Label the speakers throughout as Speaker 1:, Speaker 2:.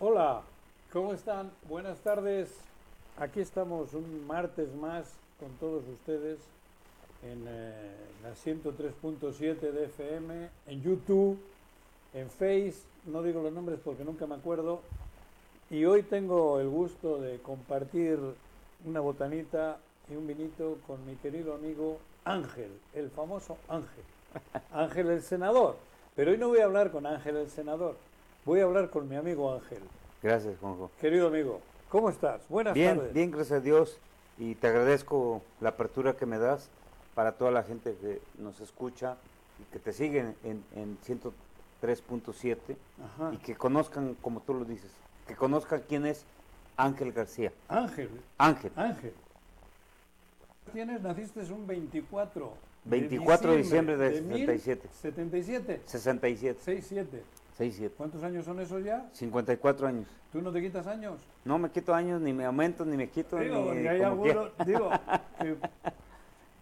Speaker 1: Hola, ¿cómo están? Buenas tardes. Aquí estamos un martes más con todos ustedes en eh, la 103.7 de FM, en YouTube, en Face, no digo los nombres porque nunca me acuerdo. Y hoy tengo el gusto de compartir una botanita y un vinito con mi querido amigo Ángel, el famoso Ángel. Ángel el senador. Pero hoy no voy a hablar con Ángel el senador, voy a hablar con mi amigo Ángel.
Speaker 2: Gracias, Juanjo.
Speaker 1: Querido amigo, ¿cómo estás? Buenas
Speaker 2: Bien,
Speaker 1: tardes.
Speaker 2: bien, gracias a Dios. Y te agradezco la apertura que me das para toda la gente que nos escucha y que te siguen en, en 103.7
Speaker 1: Ajá.
Speaker 2: y que conozcan, como tú lo dices, que conozcan quién es Ángel García.
Speaker 1: Ángel,
Speaker 2: Ángel,
Speaker 1: Ángel. Tienes, naciste un 24.
Speaker 2: 24 de diciembre de 77.
Speaker 1: 77.
Speaker 2: 67,
Speaker 1: 67.
Speaker 2: 67,
Speaker 1: ¿Cuántos años son esos ya?
Speaker 2: 54 años.
Speaker 1: ¿Tú no te quitas años?
Speaker 2: No me quito años, ni me aumento, ni me quito.
Speaker 1: Digo,
Speaker 2: ni
Speaker 1: porque hay
Speaker 2: como quiera.
Speaker 1: algunos, digo, que-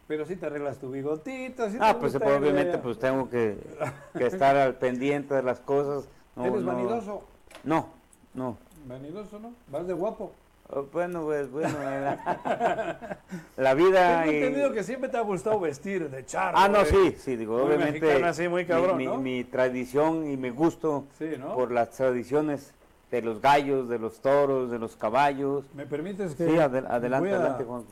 Speaker 1: pero si te arreglas tu bigotito, si
Speaker 2: Ah,
Speaker 1: te
Speaker 2: pues
Speaker 1: gusta ir
Speaker 2: obviamente
Speaker 1: allá.
Speaker 2: pues tengo que, que estar al pendiente de las cosas. No,
Speaker 1: ¿Eres
Speaker 2: no-
Speaker 1: vanidoso?
Speaker 2: No, no.
Speaker 1: Vanidoso, ¿no? Vas de guapo.
Speaker 2: Oh, Bueno, pues, bueno, la, la vida
Speaker 1: Tengo
Speaker 2: y-
Speaker 1: entendido que siempre te ha gustado vestir de charro. ¿eh?
Speaker 2: Ah, no,
Speaker 1: de-
Speaker 2: sí, sí, digo,
Speaker 1: Muy
Speaker 2: obviamente
Speaker 1: mexicano, así, muy cabrón,
Speaker 2: mi, mi-
Speaker 1: ¿no?
Speaker 2: mi tradición y mi gusto
Speaker 1: Sí, ¿no?
Speaker 2: por las tradiciones de los gallos, de los toros, de los caballos.
Speaker 1: ¿Me permites que...?
Speaker 2: Sí, adel- adelante,
Speaker 1: voy a-
Speaker 2: adelante, Juan.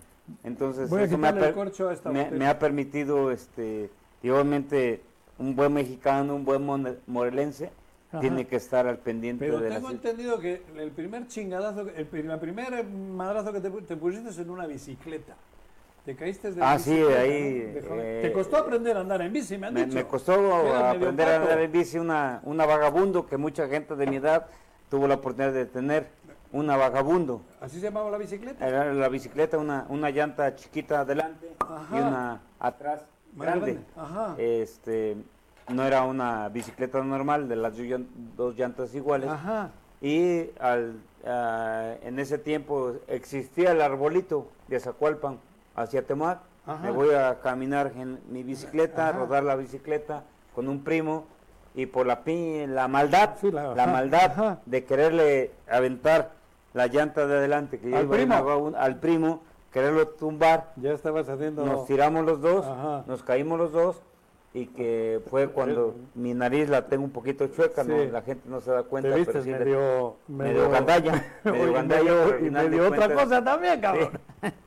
Speaker 2: Entonces,
Speaker 1: voy a
Speaker 2: eso me ha,
Speaker 1: quitarle el
Speaker 2: per-
Speaker 1: corcho a esta
Speaker 2: me-
Speaker 1: botella.
Speaker 2: me ha permitido, este, y obviamente, un buen mexicano, un buen mone- morelense,
Speaker 1: Ajá.
Speaker 2: tiene que estar al pendiente
Speaker 1: Pero
Speaker 2: de
Speaker 1: tengo
Speaker 2: las...
Speaker 1: entendido que el primer chingadazo, el, pri- la primer madrazo que te, pu- te pusiste es en una bicicleta. Te caíste de la
Speaker 2: Ah, sí,
Speaker 1: bicicleta,
Speaker 2: ahí,
Speaker 1: ¿no? De joven.
Speaker 2: eh,
Speaker 1: te costó aprender a andar en bici, me han
Speaker 2: Me,
Speaker 1: dicho.
Speaker 2: me costó
Speaker 1: Eras medio
Speaker 2: aprender a
Speaker 1: pato.
Speaker 2: andar en bici, una, una vagabundo que mucha gente de mi edad tuvo la oportunidad de tener, una vagabundo.
Speaker 1: ¿Así se llamaba la bicicleta?
Speaker 2: Era la bicicleta, una, una llanta chiquita adelante
Speaker 1: Ajá.
Speaker 2: y una atrás
Speaker 1: Más
Speaker 2: Eh, grande.
Speaker 1: grande, ajá.
Speaker 2: Este, no era una bicicleta normal, de las llan- dos llantas iguales.
Speaker 1: Ajá.
Speaker 2: Y al, ah, en ese tiempo existía el arbolito de Zacualpan hacia Temac.
Speaker 1: Ajá.
Speaker 2: Me voy a caminar en mi bicicleta, a
Speaker 1: Ajá.
Speaker 2: rodar la bicicleta con un primo y por la, pi- la maldad,
Speaker 1: Sí, la-
Speaker 2: la
Speaker 1: ajá,
Speaker 2: maldad
Speaker 1: ajá.
Speaker 2: de quererle aventar la llanta de adelante que yo
Speaker 1: ¿Al
Speaker 2: iba en
Speaker 1: primo?
Speaker 2: agua un- al primo, quererlo tumbar,
Speaker 1: Ya estabas haciendo...
Speaker 2: nos tiramos los dos,
Speaker 1: Ajá.
Speaker 2: nos caímos los dos y que fue cuando mi nariz la tengo un poquito chueca, ¿no?
Speaker 1: Sí.
Speaker 2: la gente no se da cuenta.
Speaker 1: te
Speaker 2: pero
Speaker 1: vistes
Speaker 2: sí le-
Speaker 1: medio...
Speaker 2: medio gandalla, medio
Speaker 1: Oye,
Speaker 2: gandalla,
Speaker 1: medio-
Speaker 2: pero al
Speaker 1: y
Speaker 2: final de
Speaker 1: medio otra
Speaker 2: cuentas-
Speaker 1: cosa también, cabrón.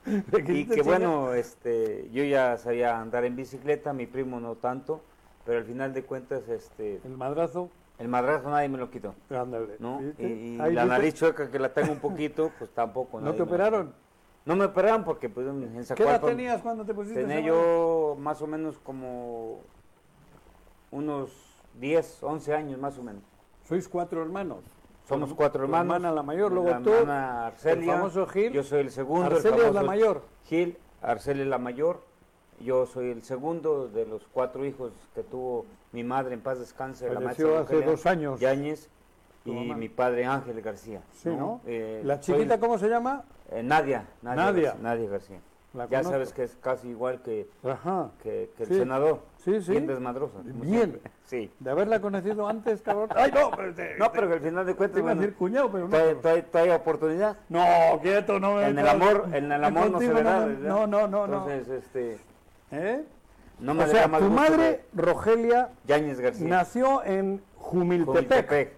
Speaker 1: Te
Speaker 2: y
Speaker 1: quisiste
Speaker 2: que
Speaker 1: chingar.
Speaker 2: bueno, este, yo ya sabía andar en bicicleta, mi primo no tanto, pero al final de cuentas, este,
Speaker 1: El madrazo,
Speaker 2: el madrazo nadie me lo quitó,
Speaker 1: ándale.
Speaker 2: ¿no?
Speaker 1: ¿viste?
Speaker 2: Y, y
Speaker 1: Ahí
Speaker 2: la
Speaker 1: viste,
Speaker 2: nariz chueca que la tengo un poquito, pues tampoco.
Speaker 1: ¿No
Speaker 2: nadie
Speaker 1: te
Speaker 2: me la
Speaker 1: operaron?
Speaker 2: quitó. No me operaron porque pues en en
Speaker 1: ¿Qué edad
Speaker 2: Zacualpan
Speaker 1: tenías cuando te pusiste
Speaker 2: tenía
Speaker 1: esa
Speaker 2: yo más o menos como unos 10, 11 años más o menos.
Speaker 1: Sois cuatro hermanos.
Speaker 2: Somos cuatro
Speaker 1: Tu
Speaker 2: hermanos.
Speaker 1: hermana la mayor, luego
Speaker 2: la
Speaker 1: tú,
Speaker 2: hermana Arcelia,
Speaker 1: el famoso Gil.
Speaker 2: Yo soy el segundo. el
Speaker 1: Arcelia es la
Speaker 2: famoso
Speaker 1: mayor.
Speaker 2: Gil, Arcelia es la mayor. Yo soy el segundo de los cuatro hijos que tuvo mi madre en paz descanse. la maestra
Speaker 1: Falleció hace
Speaker 2: Eugenia
Speaker 1: dos años.
Speaker 2: Yáñez
Speaker 1: Tu
Speaker 2: y
Speaker 1: mamá.
Speaker 2: mi padre Ángel García.
Speaker 1: Sí, ¿no?
Speaker 2: Eh,
Speaker 1: la
Speaker 2: soy-
Speaker 1: chiquita, ¿cómo se llama?
Speaker 2: eh, Nadia. Nadia.
Speaker 1: Nadia.
Speaker 2: García, Nadia García.
Speaker 1: La
Speaker 2: ya
Speaker 1: conozco.
Speaker 2: sabes que es casi igual que,
Speaker 1: Ajá.
Speaker 2: que, que el
Speaker 1: Sí.
Speaker 2: senador.
Speaker 1: Sí, sí.
Speaker 2: Bien desmadrosa. como
Speaker 1: Bien.
Speaker 2: siempre. Sí.
Speaker 1: De haberla conocido antes, cabrón. ¡Ay, no! Pero te-
Speaker 2: No, pero que al final de
Speaker 1: te
Speaker 2: cuentas,
Speaker 1: iba a
Speaker 2: bueno,
Speaker 1: decir cuñado, pero no.
Speaker 2: todavía- todavía- todavía hay oportunidad.
Speaker 1: No, quieto, no me
Speaker 2: En el
Speaker 1: metas.
Speaker 2: amor, en el amor no se
Speaker 1: Contigo
Speaker 2: ve nada.
Speaker 1: me-
Speaker 2: ¿verdad?
Speaker 1: No, no, no. no.
Speaker 2: Entonces, este,
Speaker 1: ¿Eh?
Speaker 2: no me
Speaker 1: o
Speaker 2: daría
Speaker 1: sea,
Speaker 2: más
Speaker 1: tu
Speaker 2: gusto
Speaker 1: madre,
Speaker 2: que
Speaker 1: Rogelia,
Speaker 2: Yáñez García.
Speaker 1: nació en Jumiltepec.
Speaker 2: Jumiltepec.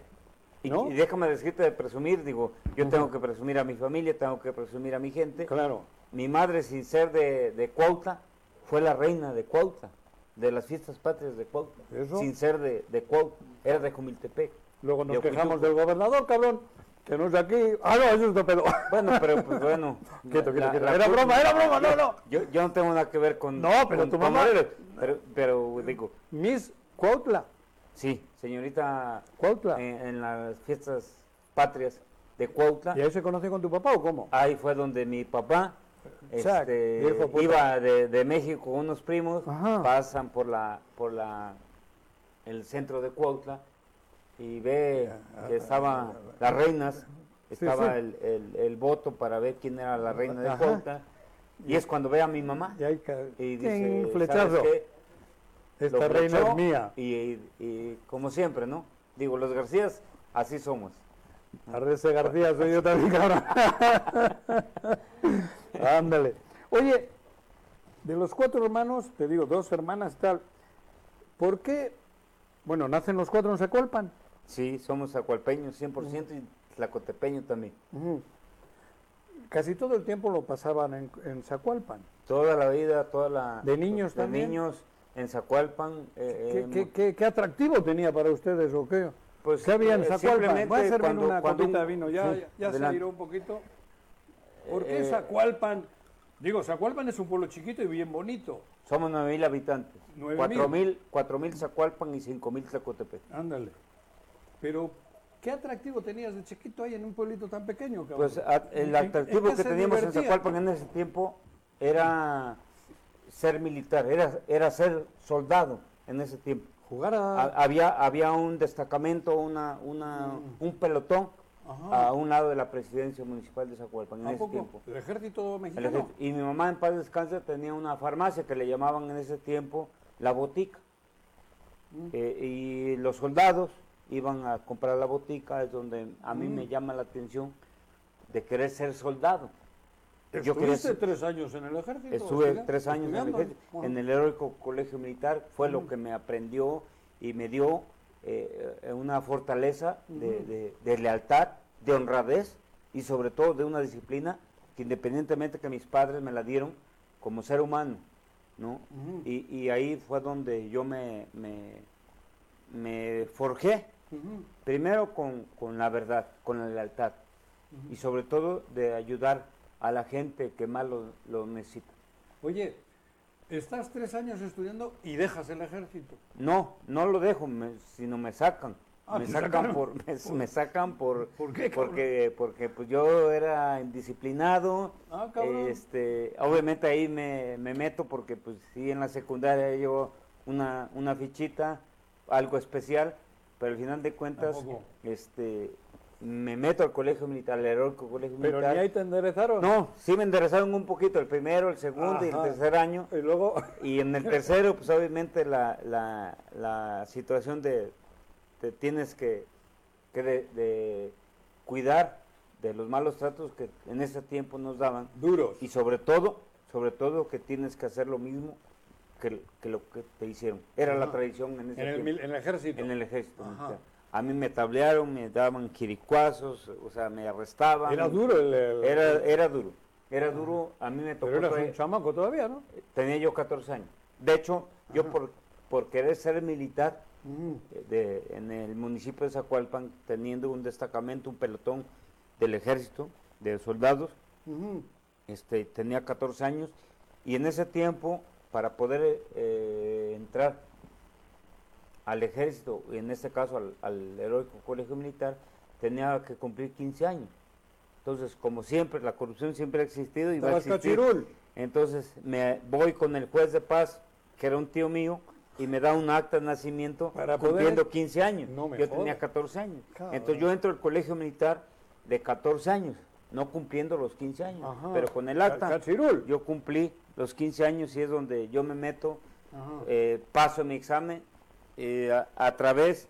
Speaker 2: Y,
Speaker 1: ¿no?
Speaker 2: y déjame decirte de presumir, digo, yo tengo que presumir a mi familia, tengo que presumir a mi gente.
Speaker 1: Claro.
Speaker 2: Mi madre, sin ser de, de Cuautla, fue la reina de Cuautla, de las fiestas patrias de Cuautla.
Speaker 1: Eso.
Speaker 2: Sin ser de, de Cuautla, era de Jumiltepec.
Speaker 1: Luego nos
Speaker 2: Yo fui
Speaker 1: quejamos
Speaker 2: tú.
Speaker 1: del gobernador, cabrón, que no es de aquí. ¡Ah, no, eso es de pedo!
Speaker 2: Bueno, pero pues bueno.
Speaker 1: Quieto, quieto,
Speaker 2: la-
Speaker 1: quieto.
Speaker 2: la
Speaker 1: Era
Speaker 2: cul-
Speaker 1: broma, era broma, no, no.
Speaker 2: Yo, yo no tengo nada que ver con.
Speaker 1: No, pero
Speaker 2: con-
Speaker 1: tu
Speaker 2: con
Speaker 1: mamá-
Speaker 2: Morelos, Pero, pero digo,
Speaker 1: Miss Cuautla.
Speaker 2: Sí, señorita.
Speaker 1: Cuautla.
Speaker 2: En, en las fiestas patrias de Cuautla.
Speaker 1: ¿Y ahí se conoce con tu papá o cómo?
Speaker 2: Ahí fue donde mi papá
Speaker 1: Exacto,
Speaker 2: este,
Speaker 1: viejo puta.
Speaker 2: iba de, de México con unos primos,
Speaker 1: Ajá.
Speaker 2: pasan por la por la el centro de Cuautla y ve
Speaker 1: ah,
Speaker 2: que estaban las reinas, estaba
Speaker 1: sí.
Speaker 2: El, el- el voto para ver quién era la reina de
Speaker 1: Ajá.
Speaker 2: Cuautla. Y es cuando ve a mi mamá
Speaker 1: Y ahí ca-
Speaker 2: y
Speaker 1: ¡Ting!
Speaker 2: dice,
Speaker 1: flechazo.
Speaker 2: "¿Sabes qué?
Speaker 1: Esta
Speaker 2: Lo
Speaker 1: reina
Speaker 2: flechó
Speaker 1: es mía.
Speaker 2: Y, y como siempre, ¿no? Digo, los Garcías, así somos.
Speaker 3: Arrece García, soy yo también, cabrón. Ándale.
Speaker 1: Oye, de los cuatro hermanos, te digo, dos hermanas tal, ¿por qué? Bueno, nacen los cuatro en Zacualpan.
Speaker 2: Sí, somos acualpeños 100% y tlacotepeño también.
Speaker 1: Ujú. Casi todo el tiempo lo pasaban en, en Zacualpan.
Speaker 2: Toda la vida, toda la...
Speaker 1: ¿De niños
Speaker 2: de
Speaker 1: también?
Speaker 2: niños, en Zacualpan. eh, eh,
Speaker 1: ¿Qué, qué-
Speaker 2: mu-
Speaker 1: qué- qué atractivo tenía para ustedes o qué?
Speaker 2: Pues,
Speaker 1: ¿Qué había en
Speaker 2: eh,
Speaker 1: Zacualpan?
Speaker 2: simplemente
Speaker 1: Voy a servir
Speaker 2: cuando-
Speaker 1: una
Speaker 2: cuando
Speaker 1: copita
Speaker 2: un-
Speaker 1: de vino, ya,
Speaker 2: Sí,
Speaker 1: ya se
Speaker 2: adelante.
Speaker 1: giró un poquito. ¿Por qué
Speaker 2: Eh,
Speaker 1: Zacualpan? Digo, Zacualpan es un pueblo chiquito y bien bonito.
Speaker 2: Somos 9.000 habitantes.
Speaker 1: Nueve
Speaker 2: 4.000 4.000 Zacualpan y 5.000 Tlacotepec.
Speaker 1: Ándale. Pero, ¿qué atractivo tenías de chiquito ahí en un pueblito tan pequeño? cabrón?
Speaker 2: Pues a-
Speaker 1: ¿En-
Speaker 2: el
Speaker 1: en
Speaker 2: atractivo
Speaker 1: qué
Speaker 2: que
Speaker 1: se
Speaker 2: teníamos en
Speaker 1: divertían?
Speaker 2: Zacualpan en ese tiempo era ser militar, era, era ser soldado en ese tiempo.
Speaker 1: Jugar a...
Speaker 2: Ha- Había, había un destacamento, una, una, un pelotón
Speaker 1: Mm. Ajá.
Speaker 2: a un lado de la presidencia municipal de Zacualpan en
Speaker 1: ¿A
Speaker 2: ese
Speaker 1: poco?
Speaker 2: tiempo.
Speaker 1: ¿El ejército
Speaker 2: El
Speaker 1: mexicano?
Speaker 2: ejército. Y mi mamá en paz descanse tenía una farmacia que le llamaban en ese tiempo la botica. Eh, y los soldados iban a comprar la botica, es donde a mí me llama la atención de querer ser soldado. Yo quería
Speaker 1: ¿Estuviste
Speaker 2: ser-
Speaker 1: tres años en el ejército?
Speaker 2: estuve
Speaker 1: ¿sí?
Speaker 2: tres años en el,
Speaker 1: Estudiando,
Speaker 2: ejército,
Speaker 1: bueno.
Speaker 2: en el heroico colegio militar, fue lo que me aprendió y me dio eh, eh, una fortaleza de, de- de lealtad, de honradez y sobre todo de una disciplina que independientemente que mis padres me la dieron como ser humano, ¿no?
Speaker 1: Ujú.
Speaker 2: y, y ahí fue donde yo me, me, me forjé,
Speaker 1: Ujú.
Speaker 2: primero con, con la verdad, con la lealtad y sobre todo de ayudar a la gente que más lo- lo necesita.
Speaker 1: Oye, estás tres años estudiando y dejas el ejército.
Speaker 2: No, no lo dejo, me- sino me sacan.
Speaker 1: Ah,
Speaker 2: me
Speaker 1: te
Speaker 2: sacan
Speaker 1: sacaron.
Speaker 2: por, me, me sacan por,
Speaker 1: ¿Por qué, cabrón?
Speaker 2: porque, porque pues yo era indisciplinado,
Speaker 1: Ah, cabrón.
Speaker 2: este, obviamente ahí me, me meto porque pues sí en la secundaria llevo una, una fichita, algo especial, pero al final de cuentas,
Speaker 1: Tampoco.
Speaker 2: este, me meto al colegio militar, al heroico colegio
Speaker 1: Pero ni
Speaker 2: militar.
Speaker 1: ahí te enderezaron.
Speaker 2: No, sí me enderezaron un poquito, el primero, el segundo y el
Speaker 1: Ajá.
Speaker 2: tercer año.
Speaker 1: Y luego,
Speaker 2: Y en el tercero, pues obviamente la, la, la situación de te tienes que, que de, de cuidar de los malos tratos que en ese tiempo nos daban
Speaker 1: duros.
Speaker 2: y sobre todo, sobre todo que tienes que hacer lo mismo que, que lo que te hicieron. Era la
Speaker 1: Ajá.
Speaker 2: tradición en ese
Speaker 1: En el,
Speaker 2: este tiempo,
Speaker 1: mil- en el ejército.
Speaker 2: en el ejército.
Speaker 1: Ajá.
Speaker 2: militar. A mí me tablearon, me daban quiricuazos, o sea, me arrestaban.
Speaker 1: Era duro el... el-
Speaker 2: Era, era duro. Era duro, a mí me tocó
Speaker 1: Pero eras
Speaker 2: traer-
Speaker 1: un chamaco todavía, ¿no?
Speaker 2: Tenía yo 14 años. De hecho, yo por, por querer ser militar
Speaker 1: Ujú.
Speaker 2: eh, de- en el municipio de Zacualpan, teniendo un destacamento, un pelotón del ejército, de soldados,
Speaker 1: Ujú.
Speaker 2: este, tenía 14 años y en ese tiempo, para poder eh, entrar al ejército, y en este caso al, al heroico colegio militar, tenía que cumplir 15 años. Entonces, como siempre, la corrupción siempre ha existido y va a
Speaker 1: Estabas
Speaker 2: existir.
Speaker 1: cachirul.
Speaker 2: Entonces me voy con el juez de paz, que era un tío mío, y me da un acta de nacimiento
Speaker 1: Para poder-
Speaker 2: cumpliendo 15 años.
Speaker 1: No me
Speaker 2: yo
Speaker 1: jodas.
Speaker 2: tenía 14 años.
Speaker 1: Cabrón.
Speaker 2: Entonces yo entro al colegio militar de 14 años, no cumpliendo los 15 años,
Speaker 1: Ajá.
Speaker 2: pero con el acta
Speaker 1: Ca- cachirul.
Speaker 2: yo cumplí los 15 años y es donde yo me meto,
Speaker 1: Ajá.
Speaker 2: eh, paso mi examen, eh, a, a través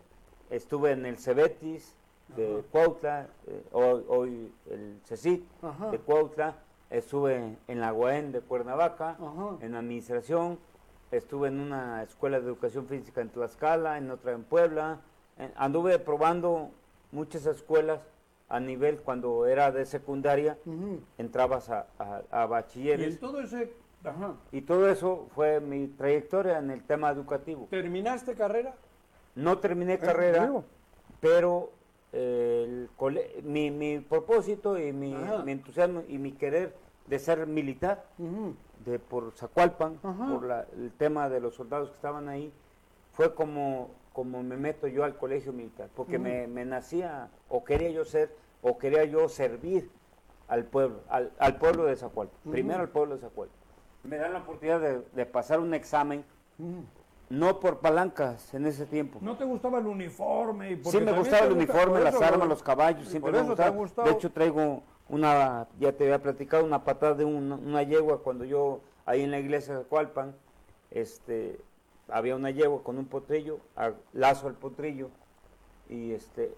Speaker 2: estuve en el Cebetis de Cuautla, eh, hoy, hoy el CECIT
Speaker 1: Ajá.
Speaker 2: de Cuautla, estuve en la UAEN de Cuernavaca,
Speaker 1: Ajá.
Speaker 2: en administración, estuve en una escuela de educación física en Tlaxcala, en otra en Puebla, en- anduve probando muchas escuelas a nivel cuando era de secundaria,
Speaker 1: Ujú.
Speaker 2: entrabas a, a- a
Speaker 1: Mm. Y
Speaker 2: bachilleres.
Speaker 1: en todo ese... Ajá.
Speaker 2: Y todo eso fue mi trayectoria en el tema educativo.
Speaker 1: ¿Terminaste carrera?
Speaker 2: No terminé
Speaker 1: Eh,
Speaker 2: carrera,
Speaker 1: digo.
Speaker 2: pero eh, el cole- mi, mi propósito y mi,
Speaker 1: Ajá.
Speaker 2: mi entusiasmo y mi querer de ser militar,
Speaker 1: Ujú.
Speaker 2: de por Zacualpan,
Speaker 1: Ajá.
Speaker 2: por la- el tema de los soldados que estaban ahí, fue como, como me meto yo al colegio militar, porque me, me nacía, o quería yo ser, o quería yo servir al pueblo, al, al pueblo de Zacualpan, primero al pueblo de Zacualpan. Me dan la oportunidad de, de pasar un examen,
Speaker 1: Ujú.
Speaker 2: no por palancas en ese tiempo.
Speaker 1: ¿No te gustaba el uniforme? y porque
Speaker 2: Sí, me
Speaker 1: también
Speaker 2: gustaba
Speaker 1: te
Speaker 2: el
Speaker 1: gusta-
Speaker 2: uniforme,
Speaker 1: por
Speaker 2: las
Speaker 1: eso,
Speaker 2: armas,
Speaker 1: por-
Speaker 2: los caballos, siempre
Speaker 1: por
Speaker 2: me
Speaker 1: eso te ha
Speaker 2: gustaba.
Speaker 1: gustado.
Speaker 2: De hecho, traigo una, ya te había platicado, una patada de una, una yegua cuando yo, ahí en la iglesia de Cualpan, este, había una yegua con un potrillo, a- lazo al potrillo, y este,